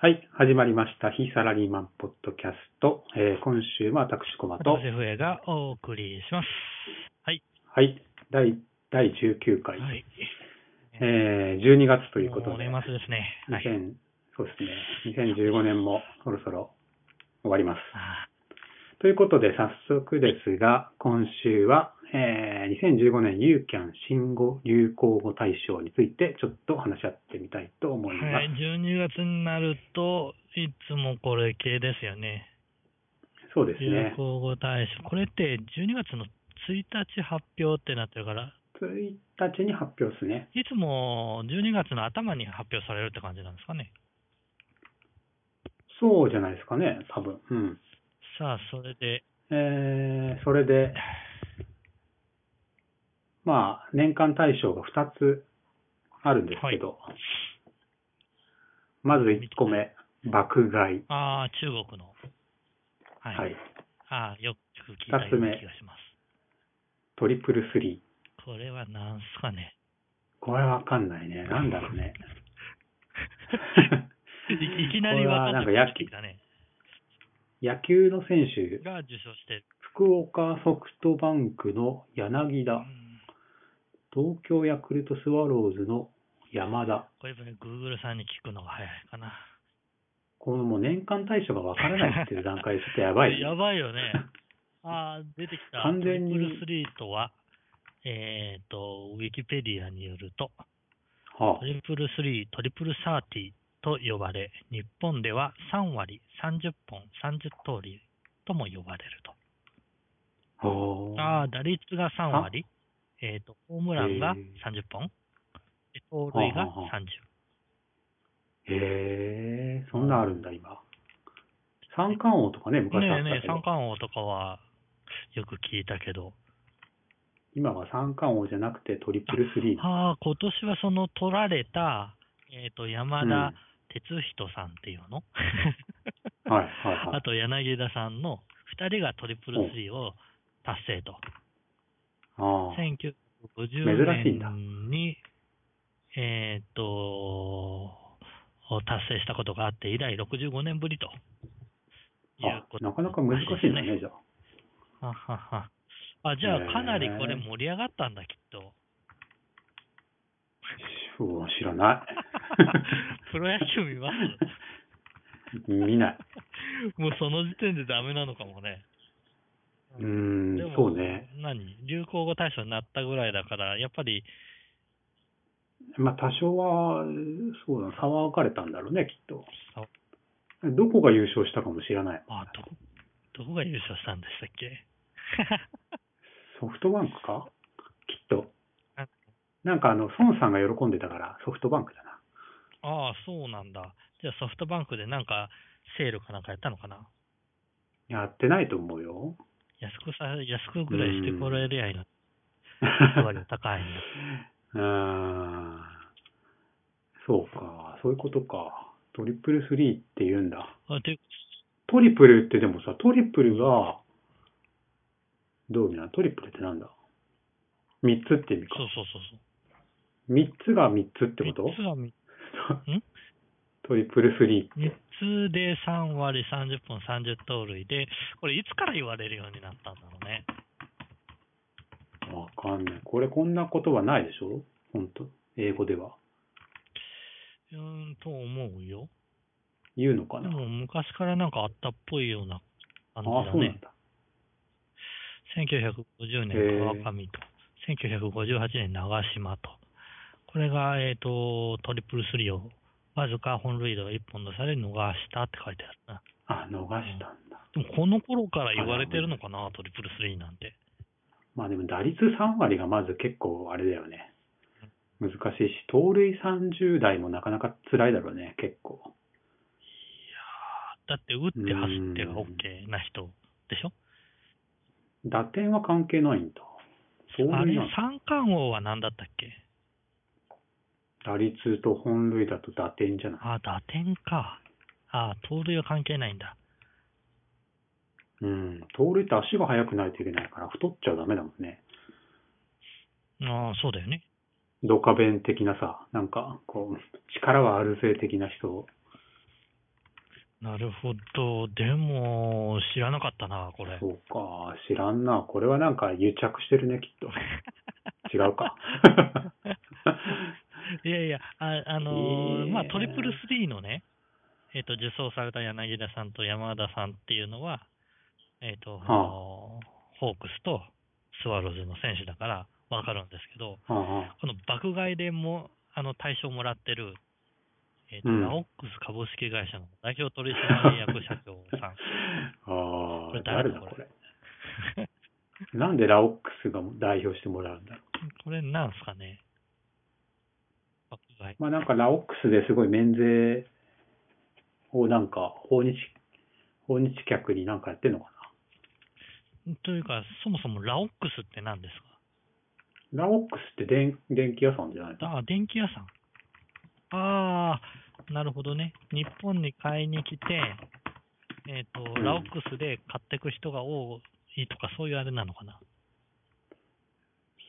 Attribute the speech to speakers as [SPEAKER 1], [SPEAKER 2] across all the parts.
[SPEAKER 1] はい、始まりました。非サラリーマンポッドキャスト。えー今週も私、コマと
[SPEAKER 2] 私、、笛がお送りします。はい。
[SPEAKER 1] はい、第、第19回、
[SPEAKER 2] はい。
[SPEAKER 1] えー12月ということ
[SPEAKER 2] もう
[SPEAKER 1] で、
[SPEAKER 2] 年末ですね。はい。
[SPEAKER 1] 2000そうですね、2015年もそろそろ終わります。
[SPEAKER 2] あ
[SPEAKER 1] ということで、早速ですが、今週は、えー2015年ユーキャン新語・流行語大賞について、ちょっと話し合ってみたいと思います。
[SPEAKER 2] はい、12月になると、いつもこれ系ですよね。
[SPEAKER 1] そうです
[SPEAKER 2] 流
[SPEAKER 1] ね。
[SPEAKER 2] 行語大賞。これって12月の1日発表ってなってるから、
[SPEAKER 1] 1日に発表ですね。
[SPEAKER 2] いつも12月の頭に発表されるって感じなんですかね。
[SPEAKER 1] そうじゃないですかね、多分。うん。
[SPEAKER 2] さあ、それで、
[SPEAKER 1] えー、それで、まあ、年間大賞が2つあるんですけど、まず1個目、爆買い。
[SPEAKER 2] ああ、中国の。はい。
[SPEAKER 1] はい。
[SPEAKER 2] ああ、よく聞いたような気がします。
[SPEAKER 1] トリプルスリー。
[SPEAKER 2] これはなんすかね。
[SPEAKER 1] これわかんないね。なんだろうね。
[SPEAKER 2] いいきなり
[SPEAKER 1] これは
[SPEAKER 2] 分か
[SPEAKER 1] なん
[SPEAKER 2] っ
[SPEAKER 1] か
[SPEAKER 2] て
[SPEAKER 1] や
[SPEAKER 2] きてきたね。
[SPEAKER 1] 野球の選手、
[SPEAKER 2] が受賞してる。
[SPEAKER 1] 福岡ソフトバンクの柳
[SPEAKER 2] う
[SPEAKER 1] 田、
[SPEAKER 2] ん
[SPEAKER 1] 東京ヤクルトスワローズの山田。
[SPEAKER 2] これやっぱり Google さんに聞くのが早いかな。
[SPEAKER 1] このもう年間大賞がわからないっていう段階でちょっとやばいね、
[SPEAKER 2] や ばいよ ね。ああ、出てきた。
[SPEAKER 1] 完全に
[SPEAKER 2] トリプルスリーとは、えっ、と、ウィキペディアによると、
[SPEAKER 1] はあ
[SPEAKER 2] ト、リプルスリー、トリプルサーティと呼ばれ、日本では3割、30本、30通りとも呼ばれると。
[SPEAKER 1] ほう
[SPEAKER 2] ああ、打率が3割、えっ、と、ホームランが
[SPEAKER 1] へえ
[SPEAKER 2] 30本、で盗塁
[SPEAKER 1] はあ
[SPEAKER 2] が
[SPEAKER 1] はあはあ
[SPEAKER 2] 30。
[SPEAKER 1] へえ、そんなあるんだ、今。三冠王とかね、昔あ
[SPEAKER 2] ね
[SPEAKER 1] っ
[SPEAKER 2] えね
[SPEAKER 1] た
[SPEAKER 2] え
[SPEAKER 1] け、ど、
[SPEAKER 2] 三冠王とかはよく聞いたけど、
[SPEAKER 1] 今は三冠王じゃなくてトリプルスリー。
[SPEAKER 2] ああ、今年はその取られた、えっ、と、山田哲人さんっていうの、
[SPEAKER 1] うんはい、はい、は
[SPEAKER 2] あ
[SPEAKER 1] い。
[SPEAKER 2] と柳田さんの2人がトリプルスリーを達成と。
[SPEAKER 1] ああ珍しいん
[SPEAKER 2] 1950
[SPEAKER 1] だ
[SPEAKER 2] 年に、えっ、と、達成したことがあって、以来65年ぶりと。いう
[SPEAKER 1] あ
[SPEAKER 2] こと
[SPEAKER 1] なかなか難しいんだね、じゃあ。
[SPEAKER 2] ははは。あ、じゃあ
[SPEAKER 1] へえ
[SPEAKER 2] かなりこれ盛り上がったんだ、きっ と。
[SPEAKER 1] うわ知らない。
[SPEAKER 2] プロ野球見ます
[SPEAKER 1] 見ない。
[SPEAKER 2] もうその時点でダメなのかもね。
[SPEAKER 1] うー
[SPEAKER 2] で
[SPEAKER 1] ん
[SPEAKER 2] も、、
[SPEAKER 1] そうね。
[SPEAKER 2] 何流行語大賞になったぐらいだから、やっぱり、
[SPEAKER 1] まあ、多少は、そうだ、騒がれたんだろうね、きっと。
[SPEAKER 2] さ
[SPEAKER 1] どこが優勝したかも知らない。
[SPEAKER 2] あ、どこ、どこが優勝したんでしたっけ
[SPEAKER 1] ソフトバンクかきっと
[SPEAKER 2] あ。
[SPEAKER 1] なんかあの、孫さんが喜んでたから、ソフトバンクだな。
[SPEAKER 2] ああ、そうなんだ。じゃあソフトバンクでなんか、セールかなんかやったのかな
[SPEAKER 1] やってないと思うよ。
[SPEAKER 2] 安くさ、安くぐらいしてこられりゃいいの。割が高いんだ。
[SPEAKER 1] うーん。そうか、そういうことか。トリプルスリーって言うんだ。
[SPEAKER 2] あて
[SPEAKER 1] トリプルってでもさ、トリプルが、どういう意味なのトリプルってなんだ三つって意味か
[SPEAKER 2] そう。そうそうそう。
[SPEAKER 1] 三つが三つってこと
[SPEAKER 2] 3つが みん
[SPEAKER 1] トリプルスリー。
[SPEAKER 2] 3つで3割30本30盗塁で、これいつから言われるようになったんだろうね。
[SPEAKER 1] わかんない。これこんな言葉ないでしょ本当英語では。
[SPEAKER 2] うーん、と思うよ。
[SPEAKER 1] 言うのか
[SPEAKER 2] で
[SPEAKER 1] な
[SPEAKER 2] も昔からなんかあったっぽいような
[SPEAKER 1] あ
[SPEAKER 2] 感じ
[SPEAKER 1] あ、
[SPEAKER 2] だ
[SPEAKER 1] そうなん
[SPEAKER 2] ね。
[SPEAKER 1] だ。へえ
[SPEAKER 2] 1950年川上と、1958年長島と。これが、えっ、と、トリプルスリーを、わずか本塁打が1本出され逃したって書いてあるな。
[SPEAKER 1] あ、逃したんだ。
[SPEAKER 2] でもこの頃から言われてるのかな、トリプルスリーなんて。
[SPEAKER 1] まあでも打率3割がまず結構あれだよね。難しいし、盗塁30代もなかなか辛いだろうね、結構。
[SPEAKER 2] だって打って走ってが OK な人でしょ
[SPEAKER 1] 打点は関係ないんだ。盗
[SPEAKER 2] あれ
[SPEAKER 1] 塁なの、
[SPEAKER 2] 三冠王は何だったっけ
[SPEAKER 1] 打率と本塁だと打点じゃない。
[SPEAKER 2] あ、打点か。あ、盗塁は関係ないんだ。
[SPEAKER 1] うん。盗塁って足が速くないといけないから、太っちゃダメだもんね。
[SPEAKER 2] ああ、そうだよね。
[SPEAKER 1] ドカベン的なさ、なんか、こう、力はあるぜ的な人
[SPEAKER 2] なるほど。でも、知らなかったな、これ。
[SPEAKER 1] そうか、知らんな。これはなんか癒着してるね、きっ と。違うか。
[SPEAKER 2] いやいや、ああのー
[SPEAKER 1] えー
[SPEAKER 2] まあ、トリプルスリーのね、えっ、と、受賞された柳田さんと山田さんっていうのは、えっ、と、
[SPEAKER 1] あ
[SPEAKER 2] あのーホークスとスワローズの選手だからわかるんですけど、
[SPEAKER 1] ああ
[SPEAKER 2] この爆買いでも、あの、対象もらってる、えっ、と、
[SPEAKER 1] うん
[SPEAKER 2] ラオックス株式会社の代表取締役社長さ ん。
[SPEAKER 1] あ
[SPEAKER 2] こ
[SPEAKER 1] あ
[SPEAKER 2] れ、
[SPEAKER 1] 誰
[SPEAKER 2] 誰
[SPEAKER 1] だ
[SPEAKER 2] だ
[SPEAKER 1] こ
[SPEAKER 2] こ
[SPEAKER 1] れ
[SPEAKER 2] れ。
[SPEAKER 1] なんでラオックスが代表してもらうんだろ。。
[SPEAKER 2] これなんすかね爆買いう
[SPEAKER 1] まあなんかラオックスですごい免税をなんか訪日、訪日客になんかやってんのか
[SPEAKER 2] というか、そもそもラオックスって何ですか
[SPEAKER 1] な。ラオックスって電電気屋さんじゃないの
[SPEAKER 2] ああ、電気屋さん。ああ、なるほどね。日本に買いに来て、えっ、と、
[SPEAKER 1] うん
[SPEAKER 2] ラオックスで買ってく人が多いとか、そういうあれなのかな。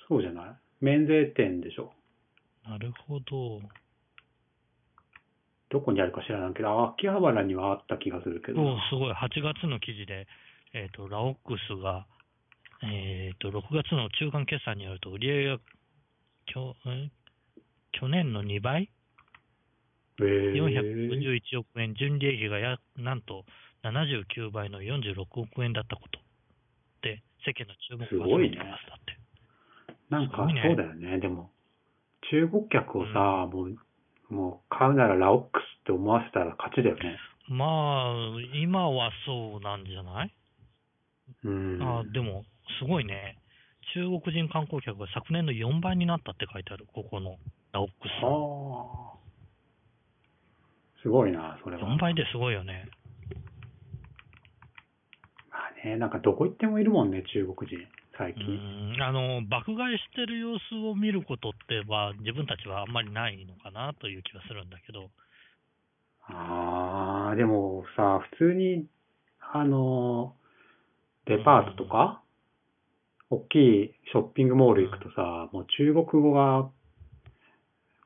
[SPEAKER 1] そうじゃない免税店でしょ。
[SPEAKER 2] なるほど。
[SPEAKER 1] どこにあるか知らないけど、秋葉原にはあった気がするけど。
[SPEAKER 2] おーすごい。8月の記事で、えっ、と、ラオックスが、えっ、と、6月の中間決算によると、売上がきょ、ん去年の2倍
[SPEAKER 1] えー、
[SPEAKER 2] 451億円、純利益がやなんと79倍の46億円だったことで、世間の注目を集めています。だって。
[SPEAKER 1] なんか
[SPEAKER 2] すごいね
[SPEAKER 1] そうだよね、でも、中国客をさ、もう、もう買うならラオックスって思わせたら勝ちだよね。
[SPEAKER 2] まあ、今はそうなんじゃない、
[SPEAKER 1] うん。
[SPEAKER 2] あでも、すごいね。中国人観光客が昨年の4倍になったって書いてある、ここのラオックスの。
[SPEAKER 1] はあ。すごいな、それは。
[SPEAKER 2] 4倍ですごいよね。
[SPEAKER 1] まあね、なんかどこ行ってもいるもんね、中国人、最
[SPEAKER 2] う
[SPEAKER 1] 近。
[SPEAKER 2] んあの爆買いしてる様子を見ることっては、自分たちはあんまりないのかなという気はするんだけど、
[SPEAKER 1] ああ、でもさ、普通に、あの、デパートとか、大きいショッピングモール行くとさ、もう中国語が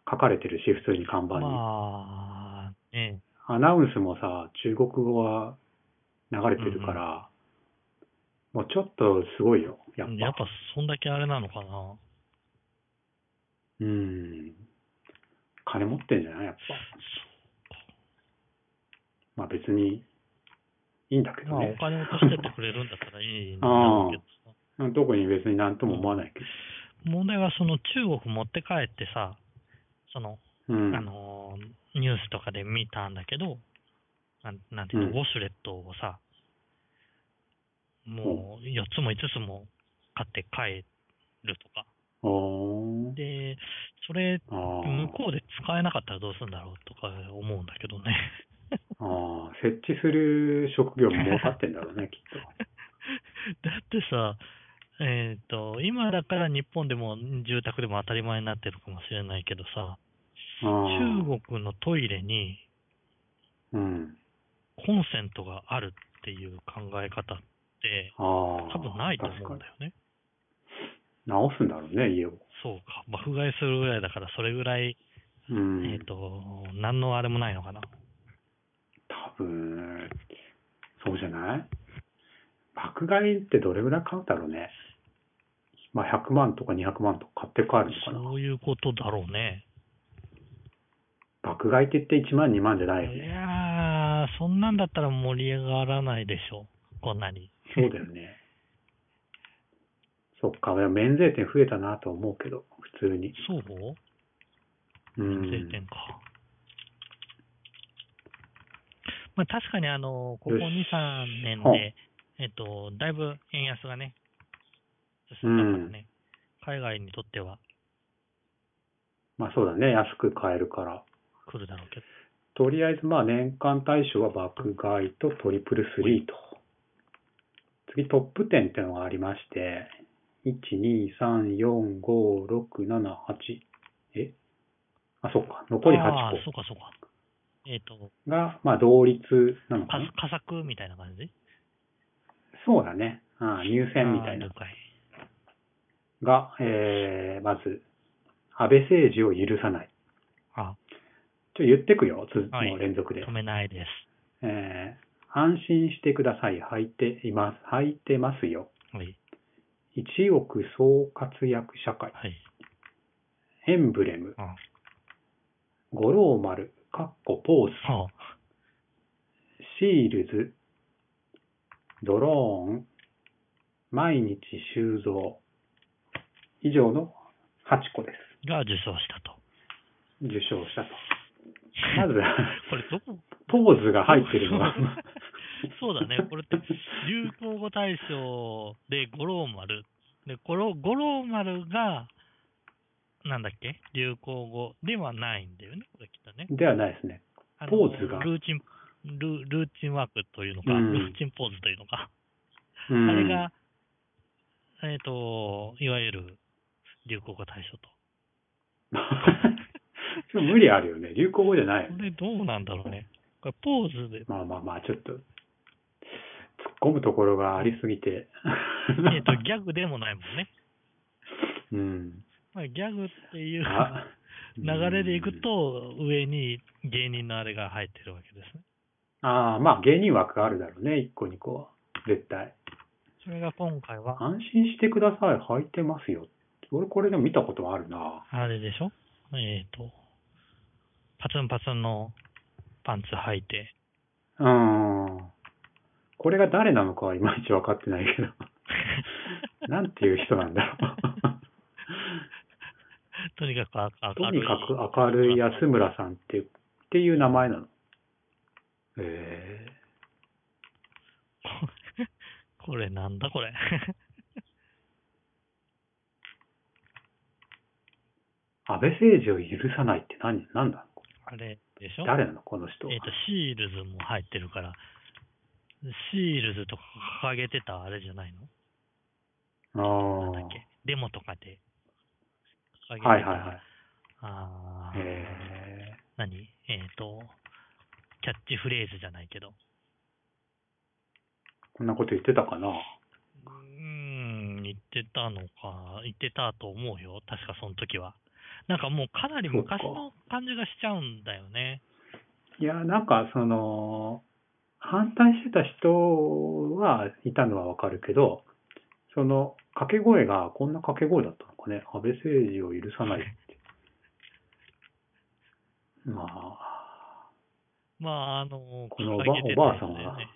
[SPEAKER 1] 書かれてるし、普通に看板に。
[SPEAKER 2] まあ、ね、
[SPEAKER 1] アナウンスもさ、中国語が流れてるから、もうちょっとすごいよ、やっぱ。
[SPEAKER 2] やっぱそんだけあれなのかな。
[SPEAKER 1] うん。金持ってんじゃないやっぱ。まあ別に、いいんだけど
[SPEAKER 2] まあ、お
[SPEAKER 1] ね。
[SPEAKER 2] 金を落としてってくれるんだったらいいんだろうけどさ
[SPEAKER 1] 特に別になんとも思わないけ
[SPEAKER 2] 問題はその中国持って帰ってさ、その、
[SPEAKER 1] ど。うん。
[SPEAKER 2] あのーニュースとかで見たんだけど、なんなんていうの、
[SPEAKER 1] うん
[SPEAKER 2] ウォシュレットをさ、もう4つも5つも買って帰るとか。
[SPEAKER 1] おー
[SPEAKER 2] で、それ、
[SPEAKER 1] あ
[SPEAKER 2] 向
[SPEAKER 1] ー
[SPEAKER 2] こうで使えなかったらどうするんだろうとか思うんだけどね。
[SPEAKER 1] あー、設置する職業も儲かってんだろう ね、きっ
[SPEAKER 2] だってさ、えっ、と、今だから日本でも住宅でも当たり前になってるかもしれないけどさ、
[SPEAKER 1] と。あー
[SPEAKER 2] 中国のトイレに
[SPEAKER 1] うん。
[SPEAKER 2] コンセントがあるっていう考え方って、
[SPEAKER 1] ああ。
[SPEAKER 2] 多分ないと思うん
[SPEAKER 1] 確か
[SPEAKER 2] だよね。
[SPEAKER 1] に直すんだろうね、家を。
[SPEAKER 2] そうか、爆買いするぐらいだから、それぐらい、
[SPEAKER 1] うん。
[SPEAKER 2] えっ、と、何のあれもないのかな。
[SPEAKER 1] 多分、そうじゃない爆買いってどれぐらい買うんだろうね。まあ、100万とか200万とか買って帰るのかな。
[SPEAKER 2] そういうことだろうね。
[SPEAKER 1] 爆買いって言って1万2万じゃないよ
[SPEAKER 2] い
[SPEAKER 1] ね。
[SPEAKER 2] やー、そんなんだったら盛り上がらないでしょ、こんなに。
[SPEAKER 1] そうだよね。 そっか、でも免税店増えたなとは思うけど、普通に。
[SPEAKER 2] そう
[SPEAKER 1] う
[SPEAKER 2] 免
[SPEAKER 1] ん。
[SPEAKER 2] 税店か。まあ、確かにあの、ここ2、
[SPEAKER 1] よし
[SPEAKER 2] 3年
[SPEAKER 1] はあ
[SPEAKER 2] で、えっと、だいぶ円安がね、進んだからね、海外にとっては
[SPEAKER 1] まあそうだね、安く買えるから。
[SPEAKER 2] 来るだろうけど、
[SPEAKER 1] とりあえず、まあ年間対象は爆買いとトリプルスリーと。次、トップ10っていうのがありまして、1、2、3、4、5、6、7、8。えあ、そっか。残り
[SPEAKER 2] ああ
[SPEAKER 1] 8
[SPEAKER 2] ー、そうかそうか。えっ、と、
[SPEAKER 1] 個が、まあ同率なのか
[SPEAKER 2] か
[SPEAKER 1] な。
[SPEAKER 2] 佳作みたいな感じ
[SPEAKER 1] そうだね。ああ入選みたい
[SPEAKER 2] あ
[SPEAKER 1] な
[SPEAKER 2] ー。了。解
[SPEAKER 1] が、えー、まず、安倍政治を許さない。
[SPEAKER 2] あ
[SPEAKER 1] ちょ、言ってくよ。つ、
[SPEAKER 2] はい
[SPEAKER 1] もう連続で
[SPEAKER 2] 止。めないです。
[SPEAKER 1] えー安心してください。履いています。履いてますよ。
[SPEAKER 2] はい。
[SPEAKER 1] 一億総活躍社会。
[SPEAKER 2] はい。
[SPEAKER 1] エンブレム。
[SPEAKER 2] あ、
[SPEAKER 1] 五郎丸。かっこポーズ。
[SPEAKER 2] は
[SPEAKER 1] シールズ。ドローン。毎日収蔵。以上の8個です。
[SPEAKER 2] あ、が受賞したと。
[SPEAKER 1] 受賞したと。まず
[SPEAKER 2] これどこ
[SPEAKER 1] ポーズが入ってるのが。
[SPEAKER 2] そう だね、これって流行語大賞で五郎丸。で、この五郎丸が、なんだっけ流行語ではないんだよね、これきっとね。
[SPEAKER 1] ではないですね。
[SPEAKER 2] あの
[SPEAKER 1] ポーズが
[SPEAKER 2] ルーチンル、ルーチンワークというのか、
[SPEAKER 1] うん
[SPEAKER 2] ルーチンポーズというのか。
[SPEAKER 1] うん
[SPEAKER 2] あれが、えっ、と、いわゆる流行語大賞と。
[SPEAKER 1] ちょっと無理あるよね。流行語じゃないよ
[SPEAKER 2] こ
[SPEAKER 1] ね。
[SPEAKER 2] れどうなんだろうね。これポーズで、
[SPEAKER 1] まあまあまあ、ちょっと、突っ込むところがありすぎて。
[SPEAKER 2] えっ、と、ギャグでもないもんね。
[SPEAKER 1] うん。
[SPEAKER 2] まあ、ギャグっていう。
[SPEAKER 1] あ
[SPEAKER 2] 流れでいく。と、上に芸人のあれが入ってるわけです
[SPEAKER 1] う
[SPEAKER 2] ね。
[SPEAKER 1] んああ、まあ芸人枠があるだろうね。1個2個は。絶対。
[SPEAKER 2] それが今回は、
[SPEAKER 1] 安心してください。履いてますよ。俺これでも見たことあるな。
[SPEAKER 2] あれでしょえっ、と、パツンパツンのパンツ履いて、
[SPEAKER 1] うん。これが誰なのかはいまいち分かってないけど。 なんていう人なんだろう。
[SPEAKER 2] とにかくあ
[SPEAKER 1] と
[SPEAKER 2] 明る
[SPEAKER 1] に
[SPEAKER 2] い。
[SPEAKER 1] かく明るい安村さんってっていう名前なの。え
[SPEAKER 2] これなんだこれ。
[SPEAKER 1] ー、安倍政治を許さないって何なんだ
[SPEAKER 2] あれでしょ
[SPEAKER 1] 誰なのこの人は
[SPEAKER 2] えっ、と、シールズも入ってるから、シールズとか掲げてたあれじゃないのなんだっ
[SPEAKER 1] あ
[SPEAKER 2] けデモとかで掲げ
[SPEAKER 1] あ。
[SPEAKER 2] てた。
[SPEAKER 1] はいはいはい。
[SPEAKER 2] あー
[SPEAKER 1] え
[SPEAKER 2] 何えっ、と、キャッチフレーズじゃないけど。
[SPEAKER 1] ー、こんなこと言ってたかな
[SPEAKER 2] うーん、言ってたのか、言ってたと思うよ、確かその時は。なんかもうかなり昔の感じがしちゃうんだよね。
[SPEAKER 1] いや、なんかその、反対してた人はいたのはわかるけど、その掛け声がこんな掛け声だったのかね。安倍政治を許さないって。まあ、
[SPEAKER 2] まあ、あの、
[SPEAKER 1] このおば
[SPEAKER 2] 掲げてたやつだよ
[SPEAKER 1] おばあさんは
[SPEAKER 2] ね。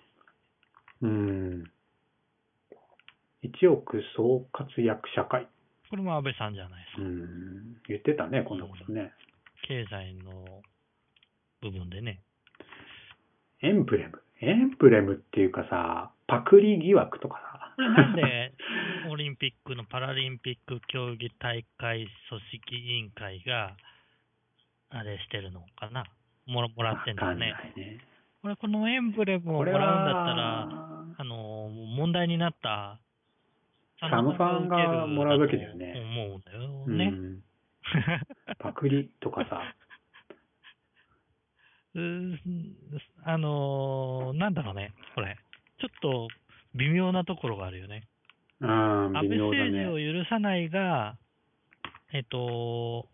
[SPEAKER 1] うん。一億総活躍社会。
[SPEAKER 2] これも安倍さんじゃないです
[SPEAKER 1] う
[SPEAKER 2] か。
[SPEAKER 1] ん。言ってたね、こんなことね。
[SPEAKER 2] 経済の部分 でね。
[SPEAKER 1] エンブレム。エンブレムっていうかさ、パクリ疑惑とかさ。
[SPEAKER 2] これなんでオリンピックのパラリンピック競技大会組織委員会が、あれしてるのかなもらもらってん
[SPEAKER 1] わか
[SPEAKER 2] だ
[SPEAKER 1] ん
[SPEAKER 2] ね
[SPEAKER 1] な。いね。
[SPEAKER 2] これ、このエンブレムをも
[SPEAKER 1] これ
[SPEAKER 2] らうんだったら、
[SPEAKER 1] は、
[SPEAKER 2] あの、問題になった、
[SPEAKER 1] 佐野さんがもらうべきだよね
[SPEAKER 2] 思うんだよ
[SPEAKER 1] う
[SPEAKER 2] ね。
[SPEAKER 1] ん、パクリとか さ。
[SPEAKER 2] うーん、 あのー、なんだろうね、これ。ちょっと微妙なところがあるよね。
[SPEAKER 1] うん、
[SPEAKER 2] 安
[SPEAKER 1] 微
[SPEAKER 2] 倍
[SPEAKER 1] 妙だ
[SPEAKER 2] 政
[SPEAKER 1] ね。
[SPEAKER 2] 治を許さないが、えっと、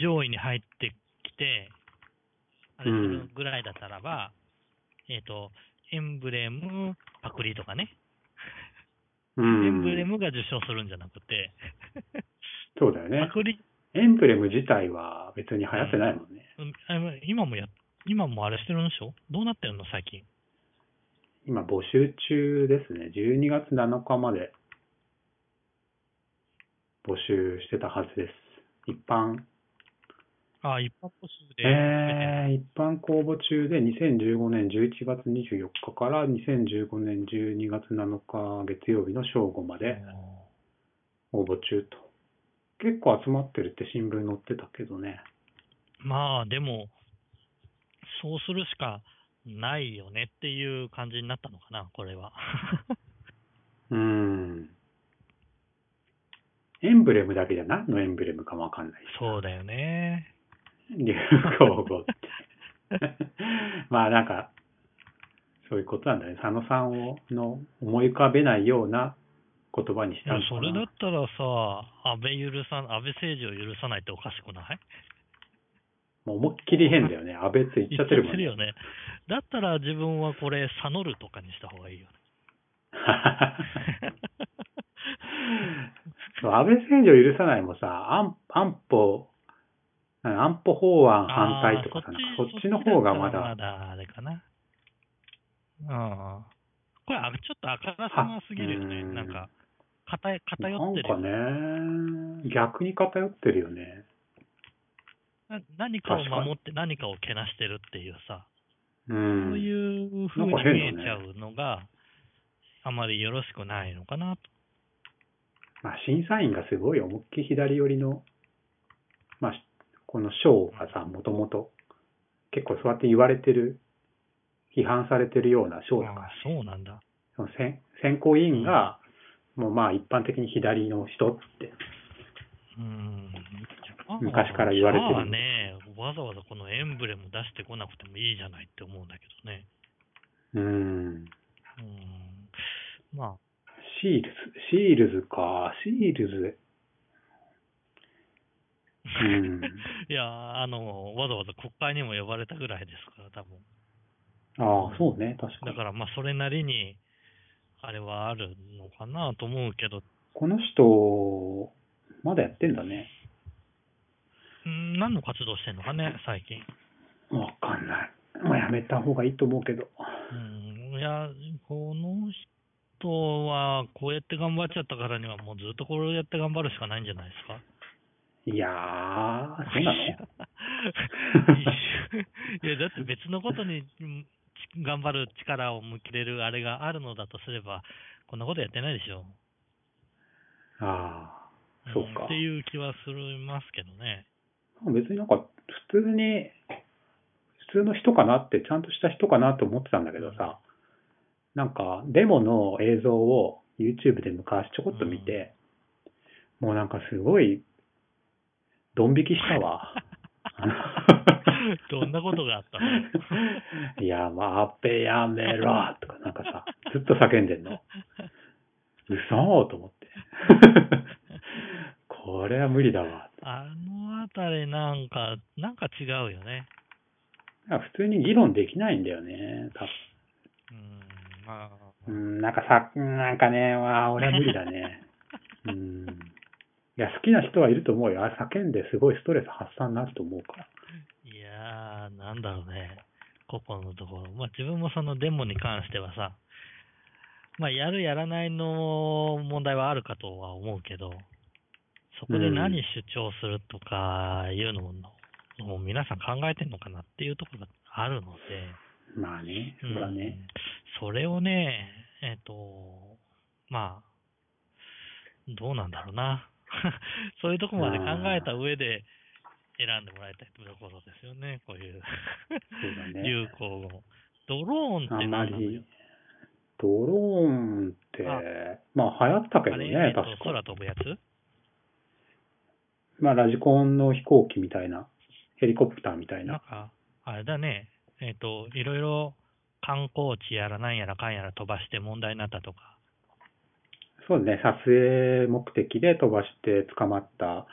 [SPEAKER 2] 上位に入ってきて、あれするぐらいだったらば、えっと、エンブレム、パクリとかね、
[SPEAKER 1] う
[SPEAKER 2] エンブレ
[SPEAKER 1] ん。
[SPEAKER 2] ムが受賞するんじゃなくて、
[SPEAKER 1] そうだよね
[SPEAKER 2] パ。クリ
[SPEAKER 1] エンブレム自体は別に流行ってないもんね。
[SPEAKER 2] うんあの今もや、今もあれしてるんでしょどうなってるの最近。
[SPEAKER 1] 今募集中ですね。12月7日まで募集してたはずです。一般。
[SPEAKER 2] ああ、一般募集で。
[SPEAKER 1] えー、一般公募中で2015年11月24日から2015年12月7日月曜日の正午まで応募中と。結構集まってるって新聞載ってたけどね。
[SPEAKER 2] まあ、でも、そうするしかないよねっていう感じになったのかな、こ れは。
[SPEAKER 1] うーん。エンブレムだけじゃ何のエンブレムかもわかんないし。
[SPEAKER 2] そうだよね。
[SPEAKER 1] 流行語って。 まあなんか、そういうことなんだね。佐野さんをの思い浮かべないような言葉にし
[SPEAKER 2] い
[SPEAKER 1] た
[SPEAKER 2] や
[SPEAKER 1] の、か
[SPEAKER 2] そ
[SPEAKER 1] な
[SPEAKER 2] れだったらさ、安倍許さん、安倍政治を許さないっておかしくない
[SPEAKER 1] もう思いっきり変だよね。安倍って言っちゃってるもん
[SPEAKER 2] 言
[SPEAKER 1] ね。
[SPEAKER 2] っちゃってるよね。だったら自分はこれ、サノルとかにした方がいいよね。
[SPEAKER 1] そう安倍政治を許さないもさ、安安保、安保法案反対とかさ、なんかそっちの方がま
[SPEAKER 2] あーそっ
[SPEAKER 1] だ、
[SPEAKER 2] ちだったらまだあれかな。うん。これ、あちょっとあからさますぎるよね。
[SPEAKER 1] はうん
[SPEAKER 2] なんか、偏
[SPEAKER 1] な
[SPEAKER 2] 偏っ
[SPEAKER 1] ん
[SPEAKER 2] てるよ
[SPEAKER 1] かね、逆に偏ってるよね。
[SPEAKER 2] な何かを
[SPEAKER 1] 確かに
[SPEAKER 2] 守って何かをけなしてるっていうさ、
[SPEAKER 1] う
[SPEAKER 2] そ
[SPEAKER 1] ん。
[SPEAKER 2] ういう風に
[SPEAKER 1] なんか
[SPEAKER 2] 見え
[SPEAKER 1] 変だね
[SPEAKER 2] ちゃうのが、あまりよろしくないのかなと。
[SPEAKER 1] まあ、審査員がすごい思いっきり左寄りの、まあ、しこの賞がさ、もともと結構そうやって言われてる、批判されてるような賞だから
[SPEAKER 2] あーそうなんだ。
[SPEAKER 1] その選選考委員が、もうまあ一般的に左の人って、
[SPEAKER 2] うん。
[SPEAKER 1] 昔から言われてる
[SPEAKER 2] じゃあね、わざわざこのエンブレム出してこなくてもいいじゃないって思うんだけどね。
[SPEAKER 1] うん、
[SPEAKER 2] うん。まあ、
[SPEAKER 1] シールズ、シールズか、シールズ、うん、
[SPEAKER 2] いや、あの、わざわざ国会にも呼ばれたぐらいですから、多分。
[SPEAKER 1] ああ、そうね、確か
[SPEAKER 2] だ
[SPEAKER 1] に。
[SPEAKER 2] から、まあ、それなりに、あれはあるのかなと思うけど、
[SPEAKER 1] この人、まだやってんだね。
[SPEAKER 2] うん何の活動してんのかね、最近。
[SPEAKER 1] わかんない。まあやめた方がいいと思うけど。
[SPEAKER 2] うん、いや、この人は、こうやって頑張っちゃったからには、もうずっとこれやって頑張るしかないんじゃないですか。
[SPEAKER 1] いやー、そうなの
[SPEAKER 2] いや、だって別のことにうんち頑張る力を向けれるあれがあるのだとすれば、こんなことやってないでしょ。
[SPEAKER 1] あ
[SPEAKER 2] ん
[SPEAKER 1] そうか
[SPEAKER 2] っていう気はするますけど ね。
[SPEAKER 1] あ。別になんか、普通に、普通の人かなって、ちゃんとした人かなと思ってたんだけどさ、なんか、デモの映像を YouTube で昔ちょこっと見て、もうなんかすごい、ドン引きしたわ。
[SPEAKER 2] どんなことがあったの
[SPEAKER 1] いや、まあ、ペやめろとか、なんかさ、ずっと叫んでんの。嘘と思って。 これは無理だわ。
[SPEAKER 2] あのあたりなんか、なんか違うよね。
[SPEAKER 1] なんか普通に議論できないんだよね。
[SPEAKER 2] うん、まあ。
[SPEAKER 1] たうん、なんかさ、うんなんかね、わあ、俺は無理だ ね。うん。いや、好きな人はいると思うよ。あれ叫んですごいストレス発散になると思うから。
[SPEAKER 2] いやー、なんだろうね、個々のところ、まあ、自分もそのデモに関してはさ、まあ、やる、やらないの問題はあるかとは思うけど、そこで何主張するとかいうのも、もう皆さん考えてんのかなっていうところがあるので、
[SPEAKER 1] まあね、そうだね。
[SPEAKER 2] うんそれをね、えっ、と、まあ、どうなんだろうな。 そういうとこまで考えた上で選んでもらいたいってところですよね、こういう
[SPEAKER 1] そうだね
[SPEAKER 2] 流行語。ドローンって
[SPEAKER 1] あ
[SPEAKER 2] 何
[SPEAKER 1] ま
[SPEAKER 2] なの
[SPEAKER 1] り
[SPEAKER 2] よ。、
[SPEAKER 1] ドローンって
[SPEAKER 2] あ、
[SPEAKER 1] まあ流行った
[SPEAKER 2] あ
[SPEAKER 1] けど
[SPEAKER 2] れ、え
[SPEAKER 1] ね
[SPEAKER 2] っ、と
[SPEAKER 1] 確、か
[SPEAKER 2] 空飛ぶやつ
[SPEAKER 1] まあ、ラジコンの飛行機みたいな、ヘリコプターみたい
[SPEAKER 2] なん
[SPEAKER 1] な。
[SPEAKER 2] か、あれだね、えっ、と、いろいろ観光地やらなんやらかんやら飛ばして問題になったとか。
[SPEAKER 1] そうね、撮影目的で飛ばして捕まった、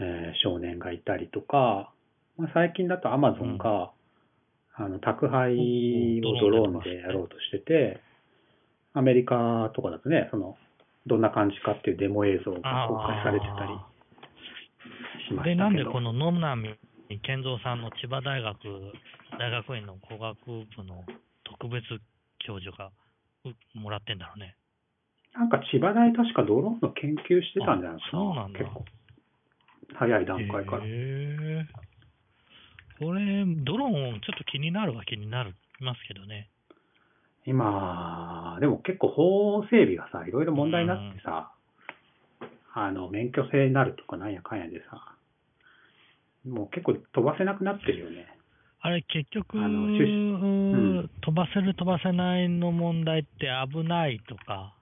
[SPEAKER 1] えー少年がいたりとか、まあ、最近だとアマゾンが、あの宅配をドローンでやろうとしてて、アメリカとかだとね、そのどんな感じかっていうデモ映像が公開されてたりしましたけど。
[SPEAKER 2] で、なんでこの野波健三さんの千葉大学大学院の工学部の特別教授がうもらってんだろうね。
[SPEAKER 1] なんか千葉大確かドローンの研究してたんじゃない
[SPEAKER 2] あそうなんだ
[SPEAKER 1] 結構。早い段階から。
[SPEAKER 2] へえこれ、ドローン、ちょっと気になるは気になるますけどね。
[SPEAKER 1] 今、でも結構法整備がさ、いろいろ問題になってさ、あの、免許制になるとかなんやかんやでさ、もう結構飛ばせなくなってるよね。
[SPEAKER 2] あれ、結局、
[SPEAKER 1] あの出資ん
[SPEAKER 2] 飛ばせる、飛ばせないの問題って危ないとか、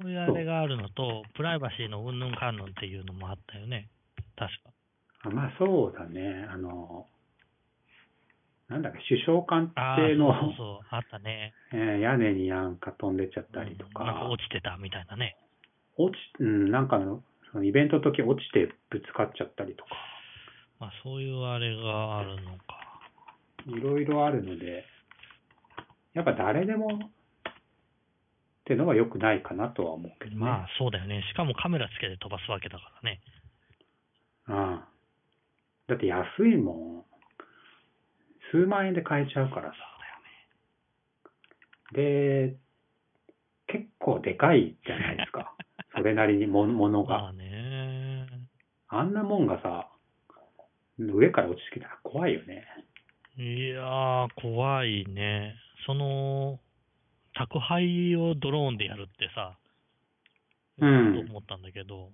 [SPEAKER 2] そういうあれがあるのと、プライバシーのうんぬんかんぬんっていうのもあったよね。確か。
[SPEAKER 1] あまあそうだね、あの、なんだっけ、首相官
[SPEAKER 2] ああ、
[SPEAKER 1] 邸の
[SPEAKER 2] そうそうそう、あったね。
[SPEAKER 1] えー屋根になんか飛んでっちゃったりと
[SPEAKER 2] うんなんか
[SPEAKER 1] か、
[SPEAKER 2] 落ちてたみたいなね。
[SPEAKER 1] 落ち、うん、なんかの、そのイベントの時落ちてぶつかっちゃったりとか、
[SPEAKER 2] まあそういうあれがあるのか。
[SPEAKER 1] いろいろあるので、やっぱ誰でもってのは良くないかなとは思うけどね。
[SPEAKER 2] まあ、そうだよね。しかもカメラつけて飛ばすわけだからね。
[SPEAKER 1] うん。だって安いもん。数万円で買えちゃうからさ。で、結構でかいじゃないです か。それなりにももの
[SPEAKER 2] ま
[SPEAKER 1] が。
[SPEAKER 2] あね。
[SPEAKER 1] あんなもんがさ、上から落ちてきたら怖いよね。
[SPEAKER 2] いやー、怖いね。その、宅配をドローンでやるってさ、
[SPEAKER 1] うん
[SPEAKER 2] と思ったんだけど、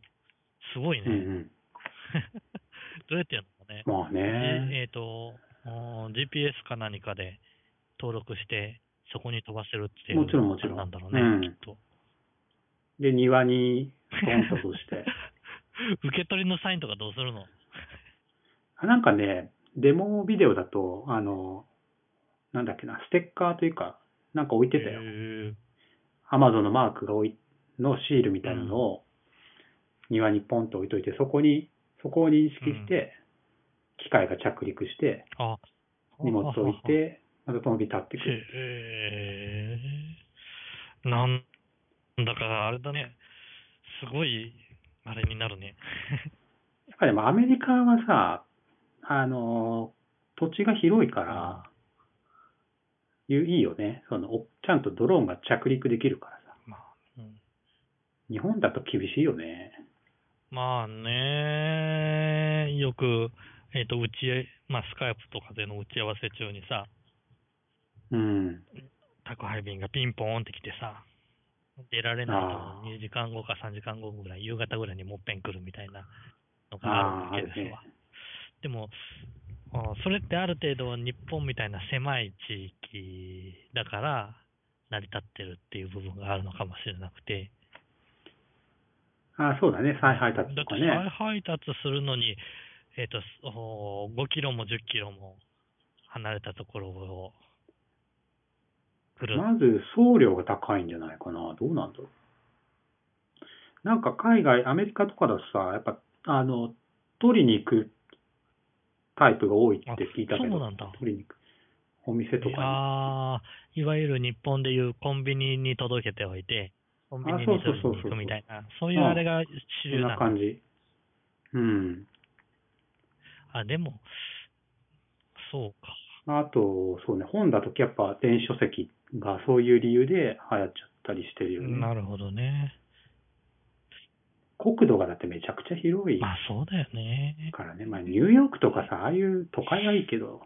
[SPEAKER 2] すごいね。
[SPEAKER 1] うんうん。
[SPEAKER 2] どうやってやるのかね。
[SPEAKER 1] まあね。
[SPEAKER 2] えっ、えーと、うん GPS か何かで登録して、そこに飛ばせるっていう。
[SPEAKER 1] もちろんもちろん
[SPEAKER 2] なんだろうね、
[SPEAKER 1] うん
[SPEAKER 2] きっと。
[SPEAKER 1] で、庭にポンと落として。
[SPEAKER 2] 受け取りのサインとかどうするの
[SPEAKER 1] あなんかね、デモビデオだと、あの、なんだっけな、ステッカーというか、なんか置いてたよ。
[SPEAKER 2] へー
[SPEAKER 1] アマゾンのマークが置いのシールみたいなのを庭にポンと置いといて、そこに、そこを認識して、機械が着陸して、
[SPEAKER 2] あ、
[SPEAKER 1] 荷物置い
[SPEAKER 2] へ
[SPEAKER 1] て、またその日立ってくる。
[SPEAKER 2] えー、なんだかあれだね、すごい、あれになるね。
[SPEAKER 1] やっぱりでもアメリカはさ、あの、土地が広いから、いういいよね。その、おちゃんとドローンが着陸できるからさ。
[SPEAKER 2] まあ、うん
[SPEAKER 1] 日本だと厳しいよね。
[SPEAKER 2] まあね、よく、えっ、と、打ち合い、まあ、スカイプとかでの打ち合わせ中にさ、
[SPEAKER 1] うん。
[SPEAKER 2] 宅配便がピンポーンって来てさ、出られないと2時間後か3時間後ぐらい、夕方ぐらいにもっぺん来るみたいなのがあるわけですわ。
[SPEAKER 1] あ
[SPEAKER 2] でも、あそれってある程度日本みたいな狭い地域だから成り立ってるっていう部分があるのかもしれなくて、
[SPEAKER 1] あそうだね。再配
[SPEAKER 2] だっ
[SPEAKER 1] 達
[SPEAKER 2] て
[SPEAKER 1] とか
[SPEAKER 2] 再
[SPEAKER 1] ね。
[SPEAKER 2] 配達するのに、えっとお5キロも10キロも離れたところを来る。
[SPEAKER 1] まず送料が高いんじゃないかな。どうなんだろう。なんか海外、アメリカとかだとさ、やっぱ、あの、取りに行くタイプが多いって聞いたけ
[SPEAKER 2] そう
[SPEAKER 1] ど、
[SPEAKER 2] なんだ。
[SPEAKER 1] 取りに行く。お店と
[SPEAKER 2] いや
[SPEAKER 1] か
[SPEAKER 2] ーいわゆる日本でいうコンビニに届けておいて、コンビニに取りに行くみたいな、そういうあれが主
[SPEAKER 1] に。そ
[SPEAKER 2] 流
[SPEAKER 1] ん
[SPEAKER 2] な
[SPEAKER 1] なん
[SPEAKER 2] だ。
[SPEAKER 1] 感じ。うん。
[SPEAKER 2] あ、でも、そうか。
[SPEAKER 1] あと、そうね、本だとやっぱ電子書籍がそういう理由で流行っちゃったりしてるよね。
[SPEAKER 2] なるほどね。
[SPEAKER 1] 国土がだってめちゃくちゃ広い
[SPEAKER 2] まあそうだよね。
[SPEAKER 1] からね。まあ、ニューヨークとかさ、ああいう都会はいいけど。